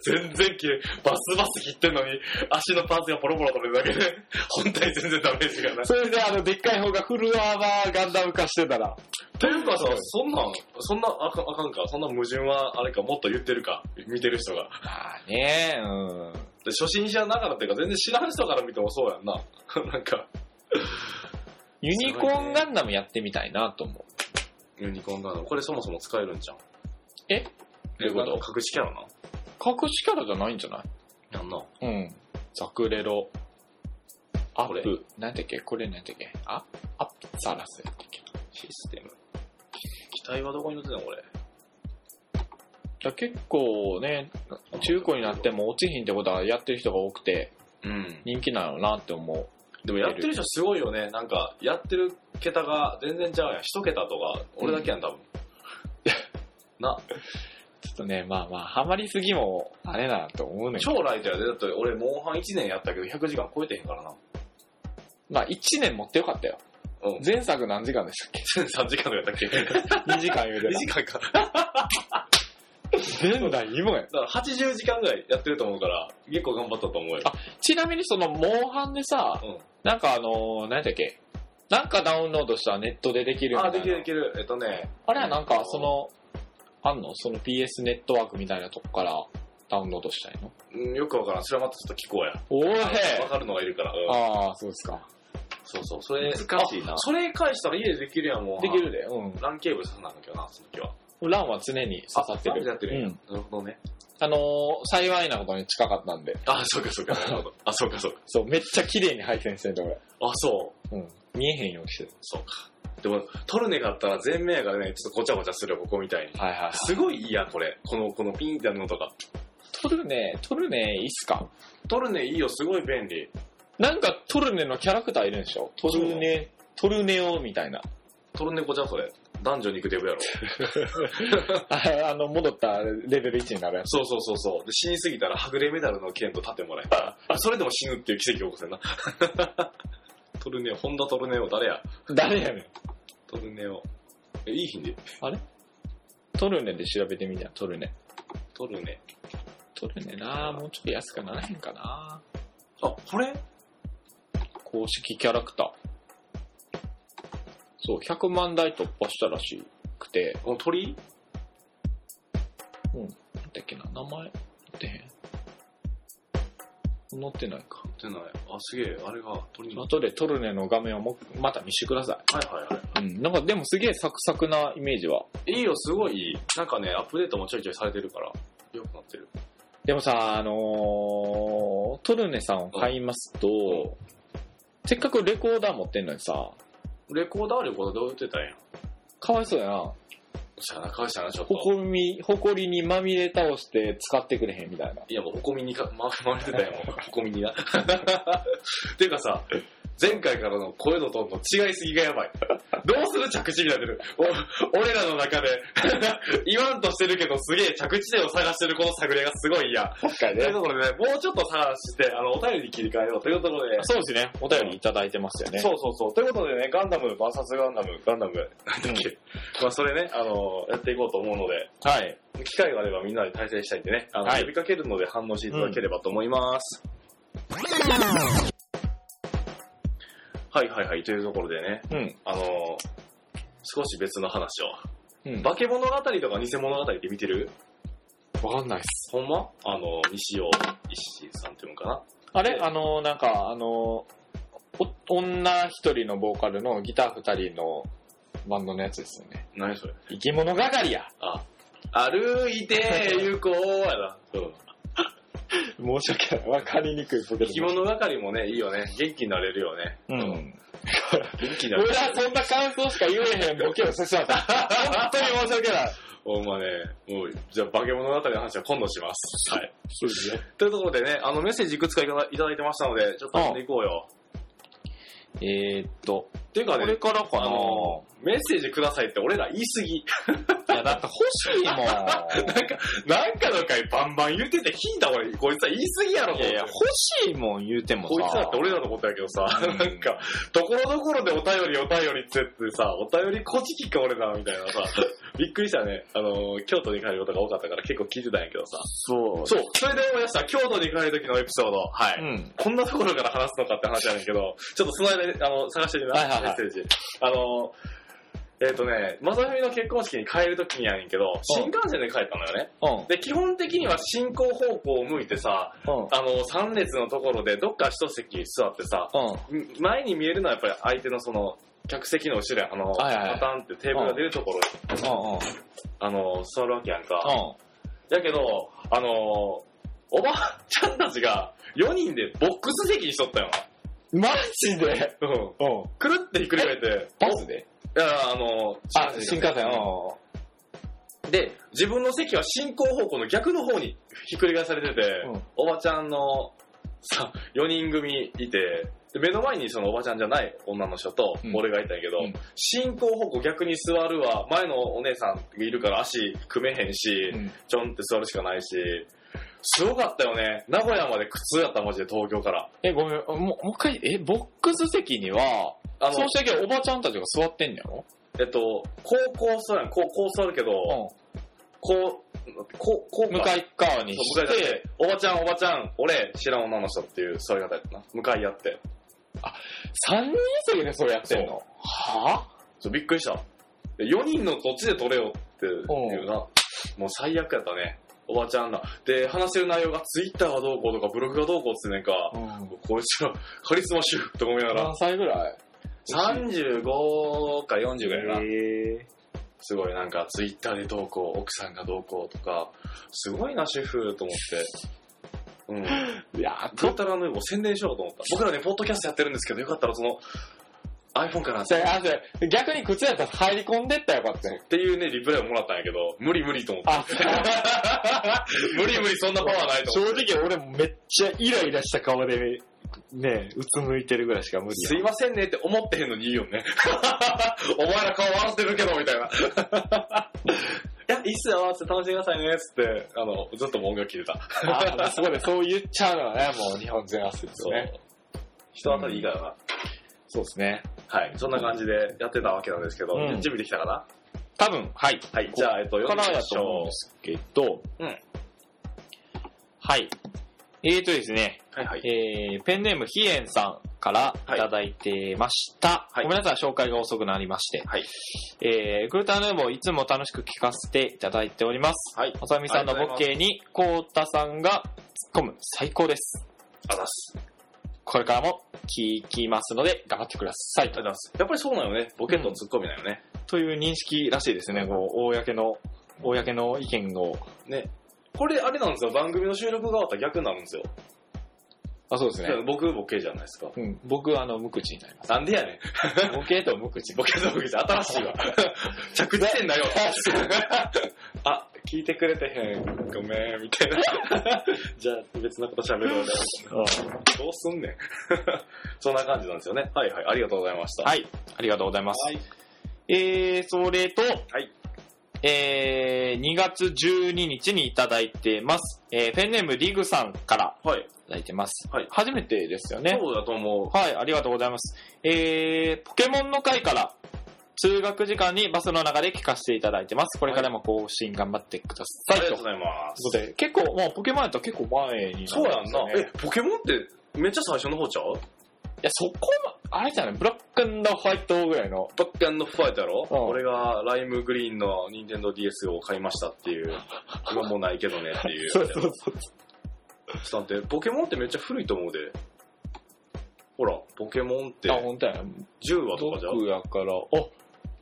Speaker 1: 全然切れ、バスバス切ってんのに、足のパーツがポロポロ取れるだけで、本体全然ダメージがない。
Speaker 2: それであの、でっかい方がフルアーマーガンダム化してたら。
Speaker 1: というかさ、そんなん、そんなあかあかんか、そんな矛盾はあれか、もっと言ってるか、見てる人が。
Speaker 2: まあねうん。
Speaker 1: で初心者ながらっていうか、全然知らん人から見てもそうやんな。 なんか、
Speaker 2: ユニコーンガンダムやってみたいなと思う。
Speaker 1: ユニコーンガンダム、これそもそも使えるんじゃん。
Speaker 2: え
Speaker 1: ということ隠しキャラな。
Speaker 2: 隠しキャラじゃないんじゃない
Speaker 1: やんな。
Speaker 2: うん。ザクレロ。ア
Speaker 1: これ
Speaker 2: ップ。なんだっけこれなんだっけあアップサラスやったっけ
Speaker 1: システム。機体はどこに乗ってんのこれ。
Speaker 2: だから結構ね、中古になっても落ちひんってことはやってる人が多くて
Speaker 1: うん。
Speaker 2: 人気なのなって思う。
Speaker 1: でもやってる人すごいよね。なんか、やってる桁が全然ちゃうやん。一桁とか、俺だけやん、多分。
Speaker 2: ちょっとね、まあまあ、ハマりすぎもあれだなと思うねんけど。
Speaker 1: 超ライトやで。だって俺、モンハン1年やったけど、100時間超えてへんからな。
Speaker 2: まあ1年持ってよかったよ。
Speaker 1: うん。
Speaker 2: 前作何時間でしたっ
Speaker 1: 3時間とか やったっけ ?2
Speaker 2: け ?2 時間言うて
Speaker 1: 時間か。
Speaker 2: た。前代未聞や。
Speaker 1: だから80時間ぐらいやってると思うから、結構頑張ったと思うよ。
Speaker 2: あちなみにその、モンハンでさ、
Speaker 1: うん。
Speaker 2: なんかあのー、何だっけなんかダウンロードしたらネットでできるみたいな。
Speaker 1: あ、できるできる。えっとね、
Speaker 2: あれはなんか、その、あんのその PS ネットワークみたいなとこからダウンロードしたいの
Speaker 1: うんよくわからん。それはまたちょっと聞こうや。
Speaker 2: おーへ
Speaker 1: わかるのがいるから。うん
Speaker 2: ああ、そうですか。
Speaker 1: そうそう。それ、
Speaker 2: 難しいな
Speaker 1: あそれ返したら家でできるやん、もう。
Speaker 2: できる。で、う
Speaker 1: ランケーブル刺さなきゃな、その時は。
Speaker 2: ん。ランは常に刺さって
Speaker 1: あ刺
Speaker 2: る。
Speaker 1: さってる
Speaker 2: う
Speaker 1: や
Speaker 2: ん。
Speaker 1: なるほどね。
Speaker 2: あのー、幸いなことに近かったんで、
Speaker 1: あ、そうかそうか。なるほど。あ、そうかそうか。
Speaker 2: そう、めっちゃ綺麗に配線してんで、俺。
Speaker 1: あ、そう。
Speaker 2: うん。見えへんようにしてる。
Speaker 1: そうか。でも、トルネがあったら全面やからね、ちょっとごちゃごちゃするよ、ここみたいに。
Speaker 2: はいはいはい。
Speaker 1: すごいいいやん、これ。この、このピンってやるのとか。
Speaker 2: トルネ、トルネいいっすか
Speaker 1: トルネいいよ、すごい便利。
Speaker 2: なんかトルネのキャラクターいるんでしょトルネ、トルネオみたいな。
Speaker 1: トルネごちゃ、それ。男女肉デブやろ。
Speaker 2: ああの、戻ったレベル1になるやつ。
Speaker 1: そうそうそうそう。で死にすぎたら、はぐれメダルの剣と盾もらえた。あそれでも死ぬっていう奇跡を起こせんな。 トルネオ、ホンダトルネオ、誰や
Speaker 2: 誰やねん。
Speaker 1: トルネオ。え、いい品で。
Speaker 2: トルネで調べてみたらトルネ。
Speaker 1: トルネ。
Speaker 2: トルネなもうちょっと安くならへんかな
Speaker 1: あ、これ
Speaker 2: 公式キャラクター。そう、100万台突破したらしくて、
Speaker 1: この鳥
Speaker 2: なんだっけな、名前、出てへん。載ってないか。
Speaker 1: ってない。あ、すげえ、あれが取りに
Speaker 2: 後でトルネの画面をもまた見してくださ。
Speaker 1: はいはいはい
Speaker 2: うん。なんかでもすげえサクサクなイメージは。
Speaker 1: い。いいよ、すごいいい。なんかね、アップデートもちょいちょいされてるから、良くなってる。
Speaker 2: でもさ、あのー、トルネさんを買いますと、せっかくレコーダー持ってんのにさ、
Speaker 1: レコーダーレコーダーどうやってたんや。
Speaker 2: かわいそうやな。
Speaker 1: しゃあな、返したな、ちょっ
Speaker 2: ほ
Speaker 1: と。
Speaker 2: こみ、ほこりにまみれ倒して使ってくれへんみたいな。
Speaker 1: いや、もう、ほこみにか、ま、回れてたよ、もう。ほこみにな。 っていうかさ、前回からの声のトーンの違いすぎがやばい。どうする着地になってる。お俺らの中で、 言わんとしてるけど、すげえ着地点を探してるこの探りがすごい嫌。
Speaker 2: 確かに
Speaker 1: という。ところでね、もうちょっと探して、あの、お便りに切り替えようというところで、
Speaker 2: そうですね。お便りいただいてますよね。
Speaker 1: そうそうそう。ということでね、ガンダム、VS ガンダム、ガンダム、なんだっけ。まあ、それね、あの、やっていこうと思うので、
Speaker 2: はい。
Speaker 1: 機会があればみんなで対戦したいんでね、あの、
Speaker 2: はい
Speaker 1: 呼びかけるので反応していただければと思います。はいはいはい、というところでね、
Speaker 2: うん。
Speaker 1: あの、少し別の話を。
Speaker 2: うん。
Speaker 1: 化け物語とか偽物語って見てる
Speaker 2: わかんないっす。
Speaker 1: ほんまあの、西尾一志さんっていうのかな
Speaker 2: あれあの、なんか、あの、お女一人のボーカルのギター二人のバンドのやつですよね。
Speaker 1: 何それ
Speaker 2: 生き物係や
Speaker 1: あ、歩いて行こうやな。うん。
Speaker 2: 申し訳ない。わかりにくいポケ
Speaker 1: 生き物係もね、いいよね。元気になれるよね。
Speaker 2: うん。
Speaker 1: 元気にな
Speaker 2: 俺
Speaker 1: れる。
Speaker 2: はそんな感想しか言えへんボケをしてしまった。本当に申し訳ない。
Speaker 1: ほんまね、もう、じゃあ、化け物語の話は今度します。はい。
Speaker 2: そうですね。
Speaker 1: というところでね、あの、メッセージいくつかいただいただいてましたので、ちょっと読んでいこうよ。
Speaker 2: えーっと、
Speaker 1: っていうか
Speaker 2: これ
Speaker 1: ね、
Speaker 2: からか
Speaker 1: あの、メッセージくださいって俺ら言い過ぎ。
Speaker 2: ないや、だって欲しいもん。
Speaker 1: なんか、なんかの回バンバン言ってて聞いた俺、こいつは 言い過ぎやろ、
Speaker 2: いやいや、欲しいもん言うてもさ。
Speaker 1: こいつだって俺らのことやけどさ、
Speaker 2: うん
Speaker 1: なんか、ところどころでお便りお便りっつってさ、お便りこじきか俺らみたいなさ、 びっくりしたね。あの、京都に帰ることが多かったから結構聞いてたんやけどさ。
Speaker 2: そう。
Speaker 1: そう、それで思い出した、京都に帰る時のエピソード。はい。
Speaker 2: うん。
Speaker 1: こんなところから話すのかって話なんだけど、ちょっとその間、あの、探してみます、
Speaker 2: はいはいはい
Speaker 1: メッセージ。あの、えっ、とね、まさみの結婚式に帰るときにやねんけど、新幹線で帰ったのよね。
Speaker 2: うん。
Speaker 1: で、基本的には進行方向を向いてさ、
Speaker 2: うん。
Speaker 1: あの、3列のところでどっか一席座ってさ、
Speaker 2: うん。
Speaker 1: 前に見えるのはやっぱり相手のその、客席の後ろやあの、
Speaker 2: はいはいはい
Speaker 1: パタンってテーブルが出るところ、
Speaker 2: うん。うん。
Speaker 1: あの、座るわけやんか。やけど、あのーおばあちゃんたちが4人でボックス席にしとったよ。
Speaker 2: マジで
Speaker 1: うん。
Speaker 2: うん。
Speaker 1: くるってひっくり返って、
Speaker 2: バスで
Speaker 1: いや、あのー
Speaker 2: あ、新幹線。う
Speaker 1: で、自分の席は進行方向の逆の方にひっくり返されてて、
Speaker 2: うん
Speaker 1: おばちゃんのさ、4人組いて、で目の前にそのおばちゃんじゃない女の人と
Speaker 2: うん
Speaker 1: 俺がいたんやけど、
Speaker 2: うん
Speaker 1: 進行方向逆に座るわ、前のお姉さんがいるから足組めへんし、
Speaker 2: ん。
Speaker 1: ちょんって座るしかないし、すごかったよね。名古屋まで苦痛やった、マジで東京から。
Speaker 2: え、ごめん、もう、もう一回、え、ボックス席には、
Speaker 1: あの
Speaker 2: そう、したけどおばちゃんたちが座ってんやろ
Speaker 1: えっと、高校座るやん、高校座るけど、
Speaker 2: う
Speaker 1: こう、こう、こうか
Speaker 2: 向かい側に
Speaker 1: そう向
Speaker 2: し
Speaker 1: かい
Speaker 2: て、
Speaker 1: おばちゃん、おばちゃん、俺、知らん女の人っていう座り方やったな。向かい合って。
Speaker 2: 三人席でそれやってんのは
Speaker 1: そうびっくりした。で4人のどっちで取れよっていうな。もう最悪やったね。おばちゃんら。で、話してる内容がツイッターがどうこうとかブログがどうこうっつってねんか。
Speaker 2: ぁ
Speaker 1: こいつら、カリスマ主婦と思いながら
Speaker 2: 何。歳ぐらい
Speaker 1: 35か40ぐらいやな。
Speaker 2: え
Speaker 1: すごいなんかツイッターでどうこう、奥さんがどうこうとか、すごいな主婦と思って。 うん。
Speaker 2: ぇいや
Speaker 1: ト
Speaker 2: と
Speaker 1: ータルヌーボー宣伝しようと思った。僕らね、ポッドキャストやってるんですけど、よかったらその、iPhone からっ
Speaker 2: それあ、それ逆に靴やったら入り込んでったらよかったね
Speaker 1: ていうね、リプライをもらったんやけど、無理無理と思って。
Speaker 2: あ、
Speaker 1: 無理無理、そんなパワーないと思って。
Speaker 2: 正直俺もめっちゃイライラした顔で、ね、うつむいてるぐらいしか無理
Speaker 1: すいませんねって思ってへんのにいいよね。 お前ら顔笑ってるけど、みたい な。いや、いいっすよ、つって楽しんでくださいね、つって、あの、ずっともう音楽聴いてた。
Speaker 2: あそこでそう言っちゃうのはね、もう日本全アスです
Speaker 1: そ
Speaker 2: よ
Speaker 1: う
Speaker 2: ね。。
Speaker 1: 人当たりいいからな。
Speaker 2: そうですね。
Speaker 1: はい。そんな感じでやってたわけなんですけど、
Speaker 2: うん
Speaker 1: 準備できたかな
Speaker 2: 多分、はい。
Speaker 1: はい。じゃあ、えっと、
Speaker 2: ここから
Speaker 1: 読んでみ
Speaker 2: だ
Speaker 1: まし
Speaker 2: と思うん
Speaker 1: ょ
Speaker 2: ですけど、
Speaker 1: うん
Speaker 2: はい。えーとですね、
Speaker 1: う。はいはい。
Speaker 2: えー、ペンネームひえんさんからいただいてました。
Speaker 1: はい
Speaker 2: ごめんなさい、紹介が遅くなりまして。
Speaker 1: はい。
Speaker 2: えー、グルタヌーボーいつも楽しく聞かせていただいております。
Speaker 1: はい。
Speaker 2: まさみさんのボケに、こうたさんが突っ込む。最高です。
Speaker 1: あざっす。
Speaker 2: これからも聞きますので、頑張ってください
Speaker 1: あ
Speaker 2: と。
Speaker 1: ざっす。やっぱりそうなのね。ボケとツッコミなのね。
Speaker 2: という認識らしいですね、こう、公の、公の意見を。
Speaker 1: ね。これ、あれなんですよ。番組の収録が終わったら逆になるんですよ。
Speaker 2: あ、そうですね。
Speaker 1: 僕、ボケじゃないですか。
Speaker 2: うん、僕はあの、無口になりま
Speaker 1: なんでやねん。
Speaker 2: す。ボケと無口。
Speaker 1: ボケとボケじゃ新し いわ。着地点だよ。 あ、聞いてくれてへん。ごめん、みたいな。 じゃあ、別なこと喋ろうで。どうすんね ん。そんな感じなんですよね。はいはい、ありがとうございました。
Speaker 2: はい、ありがとうございます。
Speaker 1: はい。
Speaker 2: えー、それと、
Speaker 1: はい
Speaker 2: えー、2月12日にいただいてます。えー、ペンネームリグさんから
Speaker 1: はい。
Speaker 2: いただいてます。
Speaker 1: はい
Speaker 2: 初めてですよね。
Speaker 1: そうだと思
Speaker 2: はい、ありがとうございます。えー、ポケモンの回から、通学時間にバスの中で聞かせていただいてます。これからも更新頑張ってくだ
Speaker 1: う。
Speaker 2: さい。というこ
Speaker 1: ざいます。
Speaker 2: とで、結構、もうポケモンやったら結構前に
Speaker 1: そうやんな。
Speaker 2: えい
Speaker 1: え、ポケモンってめっちゃ最初の方ちゃう
Speaker 2: や、そこま、あれじゃない、ブラックンドホワイトぐらいの。
Speaker 1: バッカンのファイトやろ、
Speaker 2: うん
Speaker 1: 俺がライムグリーンの任天堂 d s を買いましたっていう。今もうないけどねってい う。
Speaker 2: そうそうそう。
Speaker 1: ちょっと待って、ポケモンってめっちゃ古いと思うで。ほら、ポケモンって
Speaker 2: あ、本当やな。
Speaker 1: 10話とかじゃん
Speaker 2: 毒やから。あ、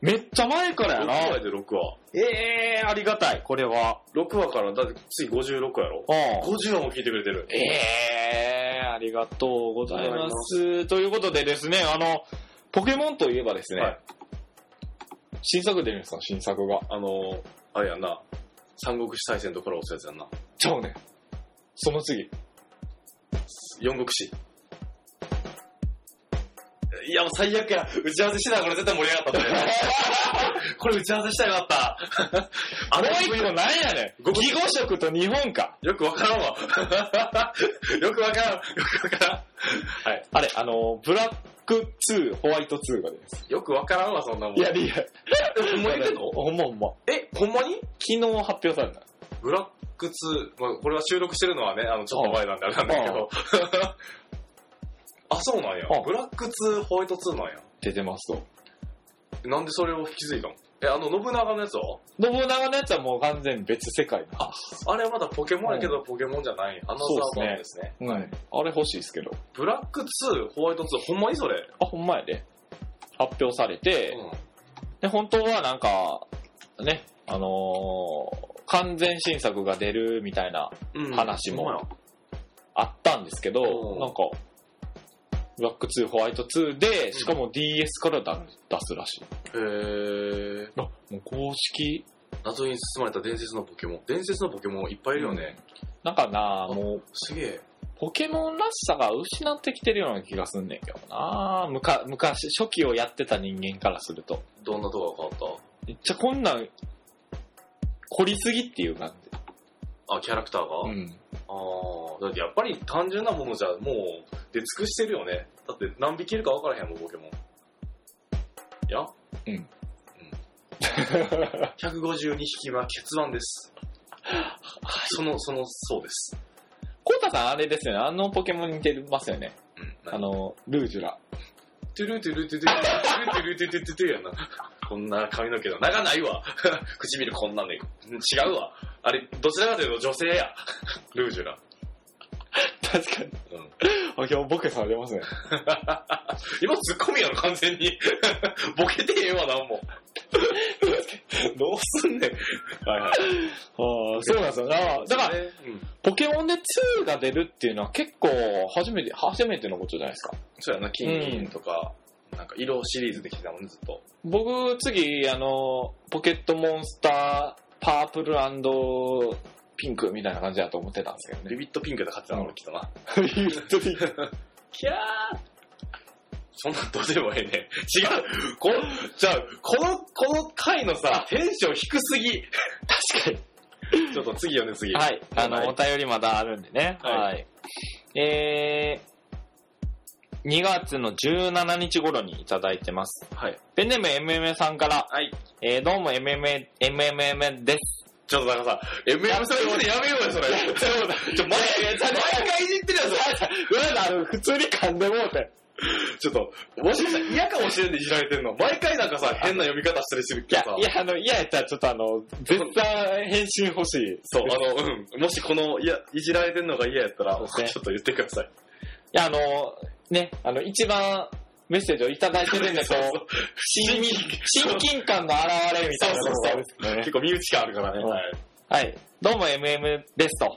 Speaker 2: めっちゃ前からや
Speaker 1: ?6
Speaker 2: な。
Speaker 1: 話で6話。
Speaker 2: ええー、ありがたい、これは。
Speaker 1: 6話から、だって次56話やろ
Speaker 2: うん。
Speaker 1: ?50 話も聞いてくれてる。
Speaker 2: ええー、ありがとうござい
Speaker 1: ありがとうござい
Speaker 2: ま。
Speaker 1: ます
Speaker 2: ということでですね、あの、ポケモンといえばですね、
Speaker 1: はい
Speaker 2: 新作出るんですよ、新作が。
Speaker 1: あの、あれやんな。三国志大戦とコラボしたやつやんな。
Speaker 2: ちゃうね。その次。
Speaker 1: 四国志。いや、もう最悪や。打ち合わせしながらこれ絶対盛り上がったん だよ。これ打ち合わせしたらよかった。
Speaker 2: あ
Speaker 1: あ
Speaker 2: れ
Speaker 1: れ
Speaker 2: は一個なんやねん。
Speaker 1: ご
Speaker 2: 義語色と日本か。
Speaker 1: よくわ からんわ。よくわからん。よくわからん。はい。
Speaker 2: あれ、あの、ブラック2、ホワイト2が出ます。
Speaker 1: よくわからんわ、そんなもん。
Speaker 2: いや、リアル。
Speaker 1: ほんまに言ってんの
Speaker 2: ほんまほんま。
Speaker 1: え、ほんまに
Speaker 2: 昨日発表された。
Speaker 1: ブラック2、まあ、これは収録してるのはね、あの、ちょっと前なんであれなんだけど。あ、そうなんや
Speaker 2: うん。
Speaker 1: ブラック2、ホワイト2なんや。
Speaker 2: 出てますと。
Speaker 1: なんでそれを気づいたのえ、あの、信長のやつは
Speaker 2: 信長のやつはもう完全に別世界の。
Speaker 1: あれはまだポケモンやけど、ポケモンじゃない。アナザーワンですね。
Speaker 2: うん。あれ欲しいですけど。
Speaker 1: ブラック2、ホワイト2、ほんまにそれ。
Speaker 2: あ、ほんまやで。発表されて、
Speaker 1: う
Speaker 2: で、本当はなんか、ね、あのー完全新作が出るみたいな、
Speaker 1: ん。うん
Speaker 2: 話も
Speaker 1: ほんまや
Speaker 2: あったんですけど、
Speaker 1: うん
Speaker 2: なんか、ブラック2、ホワイト2で、しかも DS からだ出すらしい。
Speaker 1: へー。
Speaker 2: あ、もう公式
Speaker 1: 謎に包まれた伝説のポケモン。伝説のポケモンいっぱいいるよね。
Speaker 2: なんかな、もう、
Speaker 1: すげえ。
Speaker 2: ポケモンらしさが失ってきてるような気がすんねんけどなむか昔、初期をやってた人間からすると。
Speaker 1: どんなとこが変わっ
Speaker 2: めっちゃこんなん、凝りすぎっていう感じ。
Speaker 1: たあ、キャラクターが、
Speaker 2: ん。
Speaker 1: ああ、だってやっぱり単純なものじゃもう出尽くしてるよね。だって何匹いるか分からへんもん、ポケモン。いや
Speaker 2: うん
Speaker 1: うん。152匹は血腕です。その、その、そうです。
Speaker 2: コウタさんあれですよね。あのポケモンに似てますよね。
Speaker 1: うん。
Speaker 2: あ、の、ルージュラ。
Speaker 1: トゥルトゥルトゥルトゥルトゥルトゥルトゥルトゥルやな。こんな髪の毛の長ないわ。 唇こんなんで。違うわ。あれ、どちらかというと女性や。ルージュが。
Speaker 2: 確かに。
Speaker 1: うん。
Speaker 2: あ、今日ボケされてますね。
Speaker 1: 今ツッコミやろ、完全に。 ボケてへんわ、なんも。 どうすんねん。はいは
Speaker 2: あ
Speaker 1: い。
Speaker 2: あ、そうなんですよな。だから、
Speaker 1: うん、
Speaker 2: ポケモンで2が出るっていうのは結構初めて、初めてのことじゃないですか。
Speaker 1: そうやな、金銀とか、なんか色シリーズできてたもんね、ずっと。
Speaker 2: 僕、次、あの、ポケットモンスター、パープルピンクみたいな感じだと思ってたんですけど
Speaker 1: ビ
Speaker 2: ね。
Speaker 1: ビットピンクで買ってたの、俺きっとな。
Speaker 2: キャー
Speaker 1: そんなんどうでもええねん。違う。こ、じゃあ、この、この回のさ、テンション低すぎ。
Speaker 2: 確かに。
Speaker 1: ちょっと次よね、次。
Speaker 2: はい。あの、
Speaker 1: はい
Speaker 2: お便りまだあるんでね。
Speaker 1: はい
Speaker 2: はい。えー、2月の17日頃にいただいてます。
Speaker 1: はい。
Speaker 2: ペンネーム MMA さんから、
Speaker 1: はい。
Speaker 2: えー、どうも MMA、MMA です。
Speaker 1: ちょっとなんかさ、MM さん言うのやめようよ、それ。ちょ、毎回、毎回いじってるやつ。
Speaker 2: うわ、あの、普通に噛んでもうて。
Speaker 1: ちょっと、もしかしたら嫌かもしれんでいじられてんの。毎回なんかさ、変な読み方したりする
Speaker 2: い
Speaker 1: けど
Speaker 2: や
Speaker 1: さ、。
Speaker 2: いや、あの、嫌やったらちょっとあの、絶対返信欲しい。
Speaker 1: そう、あの、うん。もしこの、いや、いじられてんのが嫌やったら、
Speaker 2: そうですね
Speaker 1: ちょっと言ってください。
Speaker 2: や、あの、ね、あの、一番メッセージをいただいてるんで、こう、親密親近感の表れみたいな
Speaker 1: そうそうそう
Speaker 2: ところですね
Speaker 1: 結構身内感あるからね。
Speaker 2: うん
Speaker 1: はい
Speaker 2: はい。どうも MM ですと。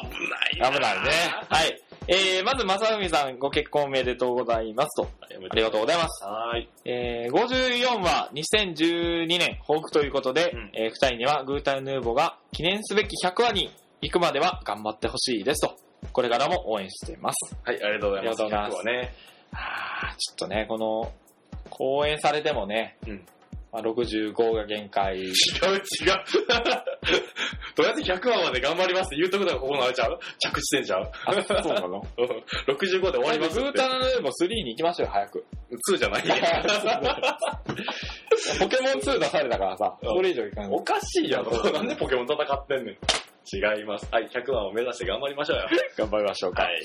Speaker 1: 危
Speaker 2: 危
Speaker 1: な
Speaker 2: ないいね。 はい。えー、まず、まさふみさん、ご結婚おめでとうございますと。
Speaker 1: はい。
Speaker 2: ありがとうございます。
Speaker 1: はい。
Speaker 2: えー、54は2012年抱負ということで、
Speaker 1: うん
Speaker 2: えー、2人にはグータンヌーボが記念すべき100話に行くまでは頑張ってほしいですと。これからも応援しています。
Speaker 1: はい、ありがとうございます。
Speaker 2: ありがとうござ
Speaker 1: います。
Speaker 2: あーちょっとね、この、講演されてもね、
Speaker 1: うん
Speaker 2: まあ、65が限 界。
Speaker 1: はね。違う違 う。とりあえず100話まで頑張りますって言うとくだがここのあれちゃう着地点ちゃう
Speaker 2: あ、そうな の
Speaker 1: うん ?65 で終わります
Speaker 2: グ
Speaker 1: っ
Speaker 2: ー
Speaker 1: て。
Speaker 2: タンヌーボ3に行きましょうよ、早く。
Speaker 1: 2じゃない
Speaker 2: ポケモン2出されたからさ、
Speaker 1: うん
Speaker 2: それ以上いかない。
Speaker 1: おかしいやろ。 なんでポケモン戦ってんねん。違います。はい、100話を目指して頑張りましょうよ。
Speaker 2: 頑張りましょうか。
Speaker 1: はい。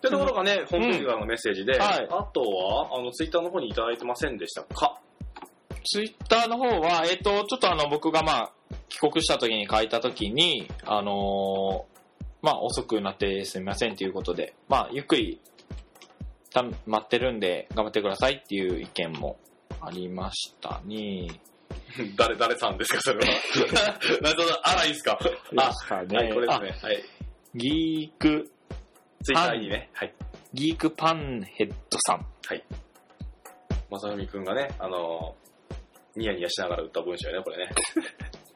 Speaker 1: というところがね、ホームページからのメッセージで、
Speaker 2: はい
Speaker 1: あとは、あの、ツイッターの方にいただいてませんでしたか
Speaker 2: ツイッターの方は、えっ、と、ちょっとあの、僕がまあ、帰国した時に書いた時に、あのーまあ、遅くなってすみませんということで、まあ、ゆっくり、た待ってるんで、頑張ってくださいっていう意見もありましたね。
Speaker 1: 誰、誰さんですか、それは。 なるほど、あらいいですか。
Speaker 2: あ、ね
Speaker 1: はい、これですね。はい。
Speaker 2: ギーク、
Speaker 1: ツイッターにね、はい。
Speaker 2: ギークパンヘッドさん。
Speaker 1: まさふみくんがね、あのー、ニヤニヤしながら打った文章やね、これ ね。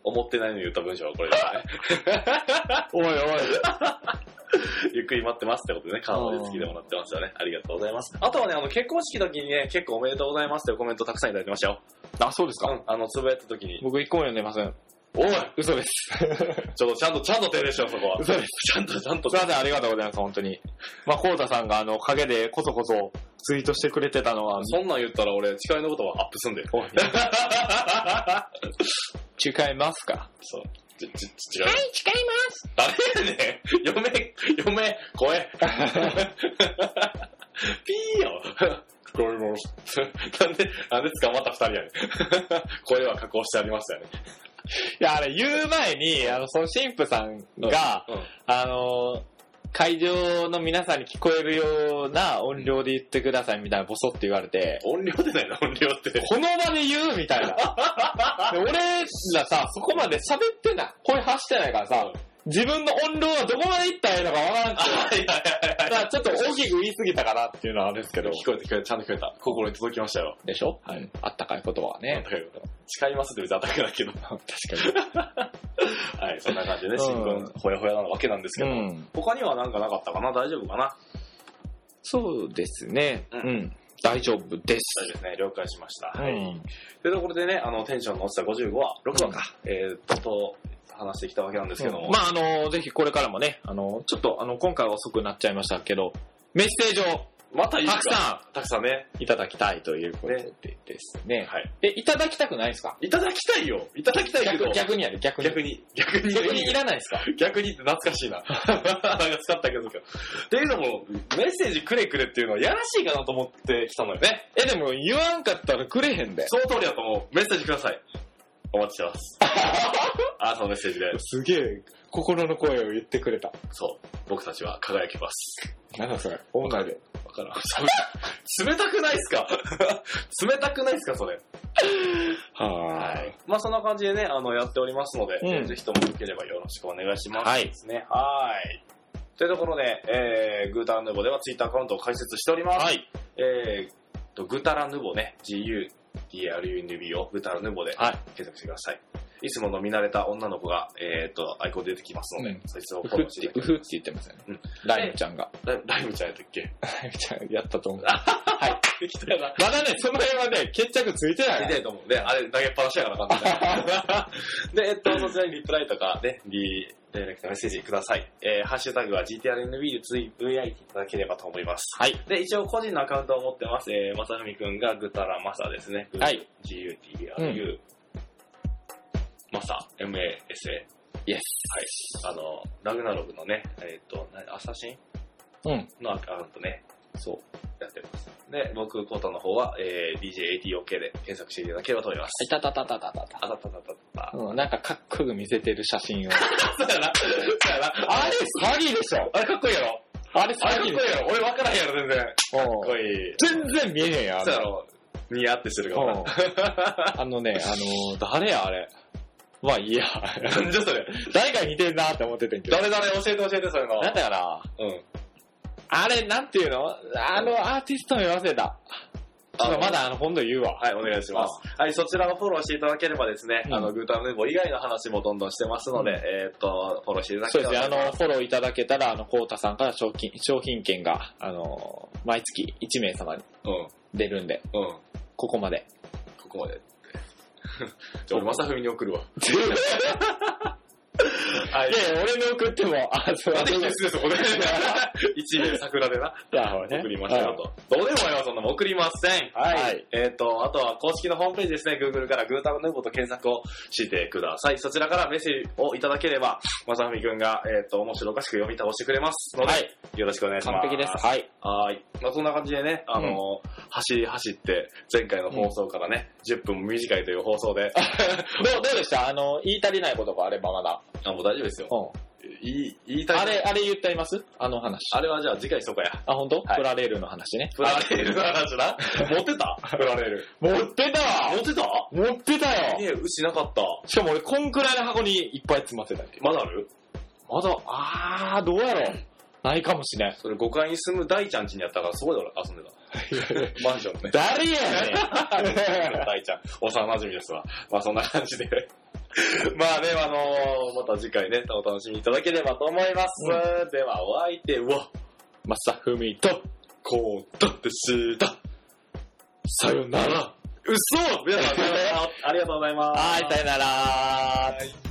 Speaker 1: 思ってないのに打った文章はこれです
Speaker 2: おいおい。
Speaker 1: ね。 ゆっくり待ってますってことでね、カードで付きでもらってましたね。ありがとうございます。あとはね、あの、結婚式の時にね、結構おめでとうございますっていうコメントたくさんいただいてましたよ。
Speaker 2: あ、そうです
Speaker 1: う
Speaker 2: か。
Speaker 1: ん、あの、つぶやいた時に。
Speaker 2: 僕一個も読んでません。
Speaker 1: おい
Speaker 2: 嘘です。
Speaker 1: ちょっとちゃんと、ちゃんと手でしょ、そこは。
Speaker 2: 嘘です。
Speaker 1: ちゃんと、ちゃんと
Speaker 2: すい。ません、ありがとうございます、本当に。まあ、コウタさんが、あの、陰でこそこそツイートしてくれてたのは、
Speaker 1: そんなん言ったら俺、誓いのことはアップすんで。
Speaker 2: おい違いますか
Speaker 1: そう。ち、ち、ち、違う。はい、違います。誰やねん。嫁、嫁、声。ピーよ。これも、なんで、なんで捕まった二人やねん。声は加工してありましたよね。
Speaker 2: いや、あれ、言う前に、あの、その神父さんが、
Speaker 1: うん。
Speaker 2: あの、会場の皆さんに聞こえるような音量で言ってくださいみたいなボソって言われて、
Speaker 1: 音量でないな、音量って。
Speaker 2: この場で言うみた いな。で俺らさ、そこまで喋ってない。声発してないからさ、自分の音量はどこまで行ったらいいのかわからんくて、
Speaker 1: いやいや
Speaker 2: だからちょっと大きく言い過ぎたかなっていうのはあるんですけ
Speaker 1: け
Speaker 2: ど
Speaker 1: ど、。聞こえて聞こえて、ちゃんと聞こえた。心に届きましたよ。
Speaker 2: でしょ、あったかい言葉はね。
Speaker 1: だけど誓いますって別に当たり前だけど。
Speaker 2: 確
Speaker 1: はい、そんな感じでね、
Speaker 2: うん
Speaker 1: 新婚ほやほやなわけなんですけ
Speaker 2: か
Speaker 1: ど。
Speaker 2: に。うん。
Speaker 1: 他にはなんかなかったかな大丈夫かな
Speaker 2: そうですね。
Speaker 1: う
Speaker 2: うんん。大丈夫で
Speaker 1: 大
Speaker 2: す
Speaker 1: 丈。夫ですね。了解しました。
Speaker 2: う
Speaker 1: はい。
Speaker 2: ん。
Speaker 1: というところでね、あの、テンションの落ちた55話、6話か、えーっと、と話してきたわけなんですけども。
Speaker 2: まあ、あのぜひこれからもね、あのちょっと、あの、今回は遅くなっちゃいましたけど、メッセージを
Speaker 1: またいい
Speaker 2: たく
Speaker 1: ん
Speaker 2: さ
Speaker 1: たくさんね。
Speaker 2: んいただきたいということ
Speaker 1: ね
Speaker 2: でですね。
Speaker 1: はい。
Speaker 2: え、いただきたくないですか
Speaker 1: いただきたいよいただきたいけど
Speaker 2: 逆、逆にやる、逆に。
Speaker 1: 逆に、逆に、
Speaker 2: 逆にいらないですか
Speaker 1: 逆にって懐かし いな。なんか使ったけど。っていうのも、メッセージくれくれっていうのはやらしいかなと思ってきたのよね。
Speaker 2: え、でも言わんかったらくれへんで。
Speaker 1: その通りだと思う。メッセージください。お待ちし てます。あなたのメッセージで、
Speaker 2: すげえ、心の声を言ってくれた。
Speaker 1: そう、僕たちは輝きます。
Speaker 2: なんだそれ、オーナーで。
Speaker 1: わからん。冷たくないっすか 冷たくないっすかそれ。
Speaker 2: は
Speaker 1: はい。まあそんな感じでね、あの、やっておりますので、
Speaker 2: うん
Speaker 1: えーぜひともよければよろしくお願いします。
Speaker 2: はい
Speaker 1: ですね。はい。というところで、えー、グータラヌーボではツイッターアカウントを開設しております。
Speaker 2: はい。
Speaker 1: えーと、グータラヌーボね、GU、DRUNB をグータラヌーボで
Speaker 2: はい。
Speaker 1: 検索してください。いつもの見慣れた女の子が、えーと、アイコン出てきますので、
Speaker 2: うん
Speaker 1: そいつを
Speaker 2: う
Speaker 1: フォ
Speaker 2: ふ
Speaker 1: ロ
Speaker 2: っ
Speaker 1: ーしてい
Speaker 2: て
Speaker 1: た、
Speaker 2: う
Speaker 1: だけ
Speaker 2: ふって言ってますよね。
Speaker 1: うん
Speaker 2: ライムちゃんが。
Speaker 1: ライライムちゃんやったっけ
Speaker 2: ライムちゃんやったと思う。
Speaker 1: 適当やな。
Speaker 2: まだね、その辺はね、決着ついてない。
Speaker 1: 見たいと思う。で、あれ、投げっぱなしやからな感 じで。で、えっと、そちらにリプライとかね、リレクトメッセージください。えー、ハッシュタグは GTRNB でつぶやいていただければと思います。
Speaker 2: はい。
Speaker 1: で、一応個人のアカウントを持ってます。えー、まさふみくんがぐたらまさですね。
Speaker 2: はい。う
Speaker 1: GUTRU。まさ、MASA。
Speaker 2: Yes
Speaker 1: はい。あの、ラグナログのね、えっ、と、なアサシン
Speaker 2: うん。
Speaker 1: のアカウントね、
Speaker 2: そう。
Speaker 1: やってます。で、僕、コートの方は、えー、DJATOK で検索していただければと思います。
Speaker 2: いたたたたたたた。
Speaker 1: あたたたたた。
Speaker 2: うん、なんかかっこよく見せてる写真を。
Speaker 1: そうやな。そうやな。
Speaker 2: あれ詐欺でしょ
Speaker 1: あれかっこいいやろ
Speaker 2: あれ
Speaker 1: あれ
Speaker 2: 最
Speaker 1: かっこいい
Speaker 2: 近
Speaker 1: やろ。俺分からへんやろ、全然。かっこいい。
Speaker 2: 全然見えへんやん。あ
Speaker 1: そ
Speaker 2: れ
Speaker 1: うやろ。似合ってしてるか
Speaker 2: うん
Speaker 1: もな。
Speaker 2: あのね、あのー、誰やあれ。まあいいや。
Speaker 1: なんじゃそれ。
Speaker 2: 誰かに似てんなって思っててんけど。
Speaker 1: 誰誰教えて教えて、それの。
Speaker 2: なんだかな
Speaker 1: うん。
Speaker 2: あれ、なんていうのあのアーティスト名忘れた。ちょっとまだあの、今度言うわ。
Speaker 1: はい、お願いします。はい、そちらをフォローしていただければですね、
Speaker 2: うん
Speaker 1: あの、グータンヌーボー以外の話もどんどんしてますので、
Speaker 2: うん
Speaker 1: えーっと、フォローしていただけ
Speaker 2: そう
Speaker 1: れ
Speaker 2: で
Speaker 1: ば
Speaker 2: すね、あ
Speaker 1: と思い
Speaker 2: の、
Speaker 1: ます
Speaker 2: フォローいただけたら、あの、コウタさんから商品、商品券が、あの、毎月1名様に出るんで、
Speaker 1: うん、うん、
Speaker 2: ここまで。
Speaker 1: ここま で。じゃあ、俺、まさふみに送るわ。
Speaker 2: いや
Speaker 1: はい
Speaker 2: いや、俺の送っても、あ、そう、
Speaker 1: なんで必須です、これ。 一面桜でな。
Speaker 2: なるほどね
Speaker 1: 送りましたよと。どうでもよ、そんなもん送りません。
Speaker 2: はい
Speaker 1: えっ、と、あとは公式のホームページですね、Google からグータムヌーボーと検索をしてください。そちらからメッセージをいただければ、まさふみくんが、えっ、と、面白おかしく読み倒してくれますので、
Speaker 2: はい
Speaker 1: よろしくお願いします。
Speaker 2: 完璧です。。はい。
Speaker 1: はい。まあ、そんな感じでね、あのー走り走って、前回の放送からね、10分短いという放送で、
Speaker 2: どう、どうでしたあの、言い足りないことがあればまだ。
Speaker 1: あ、もう大丈夫ですよ。
Speaker 2: う
Speaker 1: 言い、言い
Speaker 2: ん。
Speaker 1: たい。
Speaker 2: あれ、あれ言ってありますあの話。
Speaker 1: あれはじゃあ次回しとこや。
Speaker 2: あ、本当？
Speaker 1: はい
Speaker 2: プラレールの話ね。
Speaker 1: プラレールの話な。持ってたプラレール。
Speaker 2: 持ってた
Speaker 1: 持ってた
Speaker 2: 持ってた
Speaker 1: ね
Speaker 2: よ
Speaker 1: え、うちなかった。
Speaker 2: しかも俺、こんくらいの箱にいっぱい詰まってたけど。
Speaker 1: まだある
Speaker 2: まだ、あー、どうやろう。ないかもしれん。
Speaker 1: それ5階に住む大ちゃん家にやったから、そこで俺遊んでた。マンションね。
Speaker 2: 誰や ねん
Speaker 1: 大ちゃん、幼馴染ですわ。まあそんな感じで。まあね、あのーまた次回ね、お楽しみいただければと思います。では、お相手は、
Speaker 2: マサフミと、
Speaker 1: こうだってしだ。
Speaker 2: さよなら。
Speaker 1: 嘘皆さん、ありがとうございます。
Speaker 2: はい、さよなら。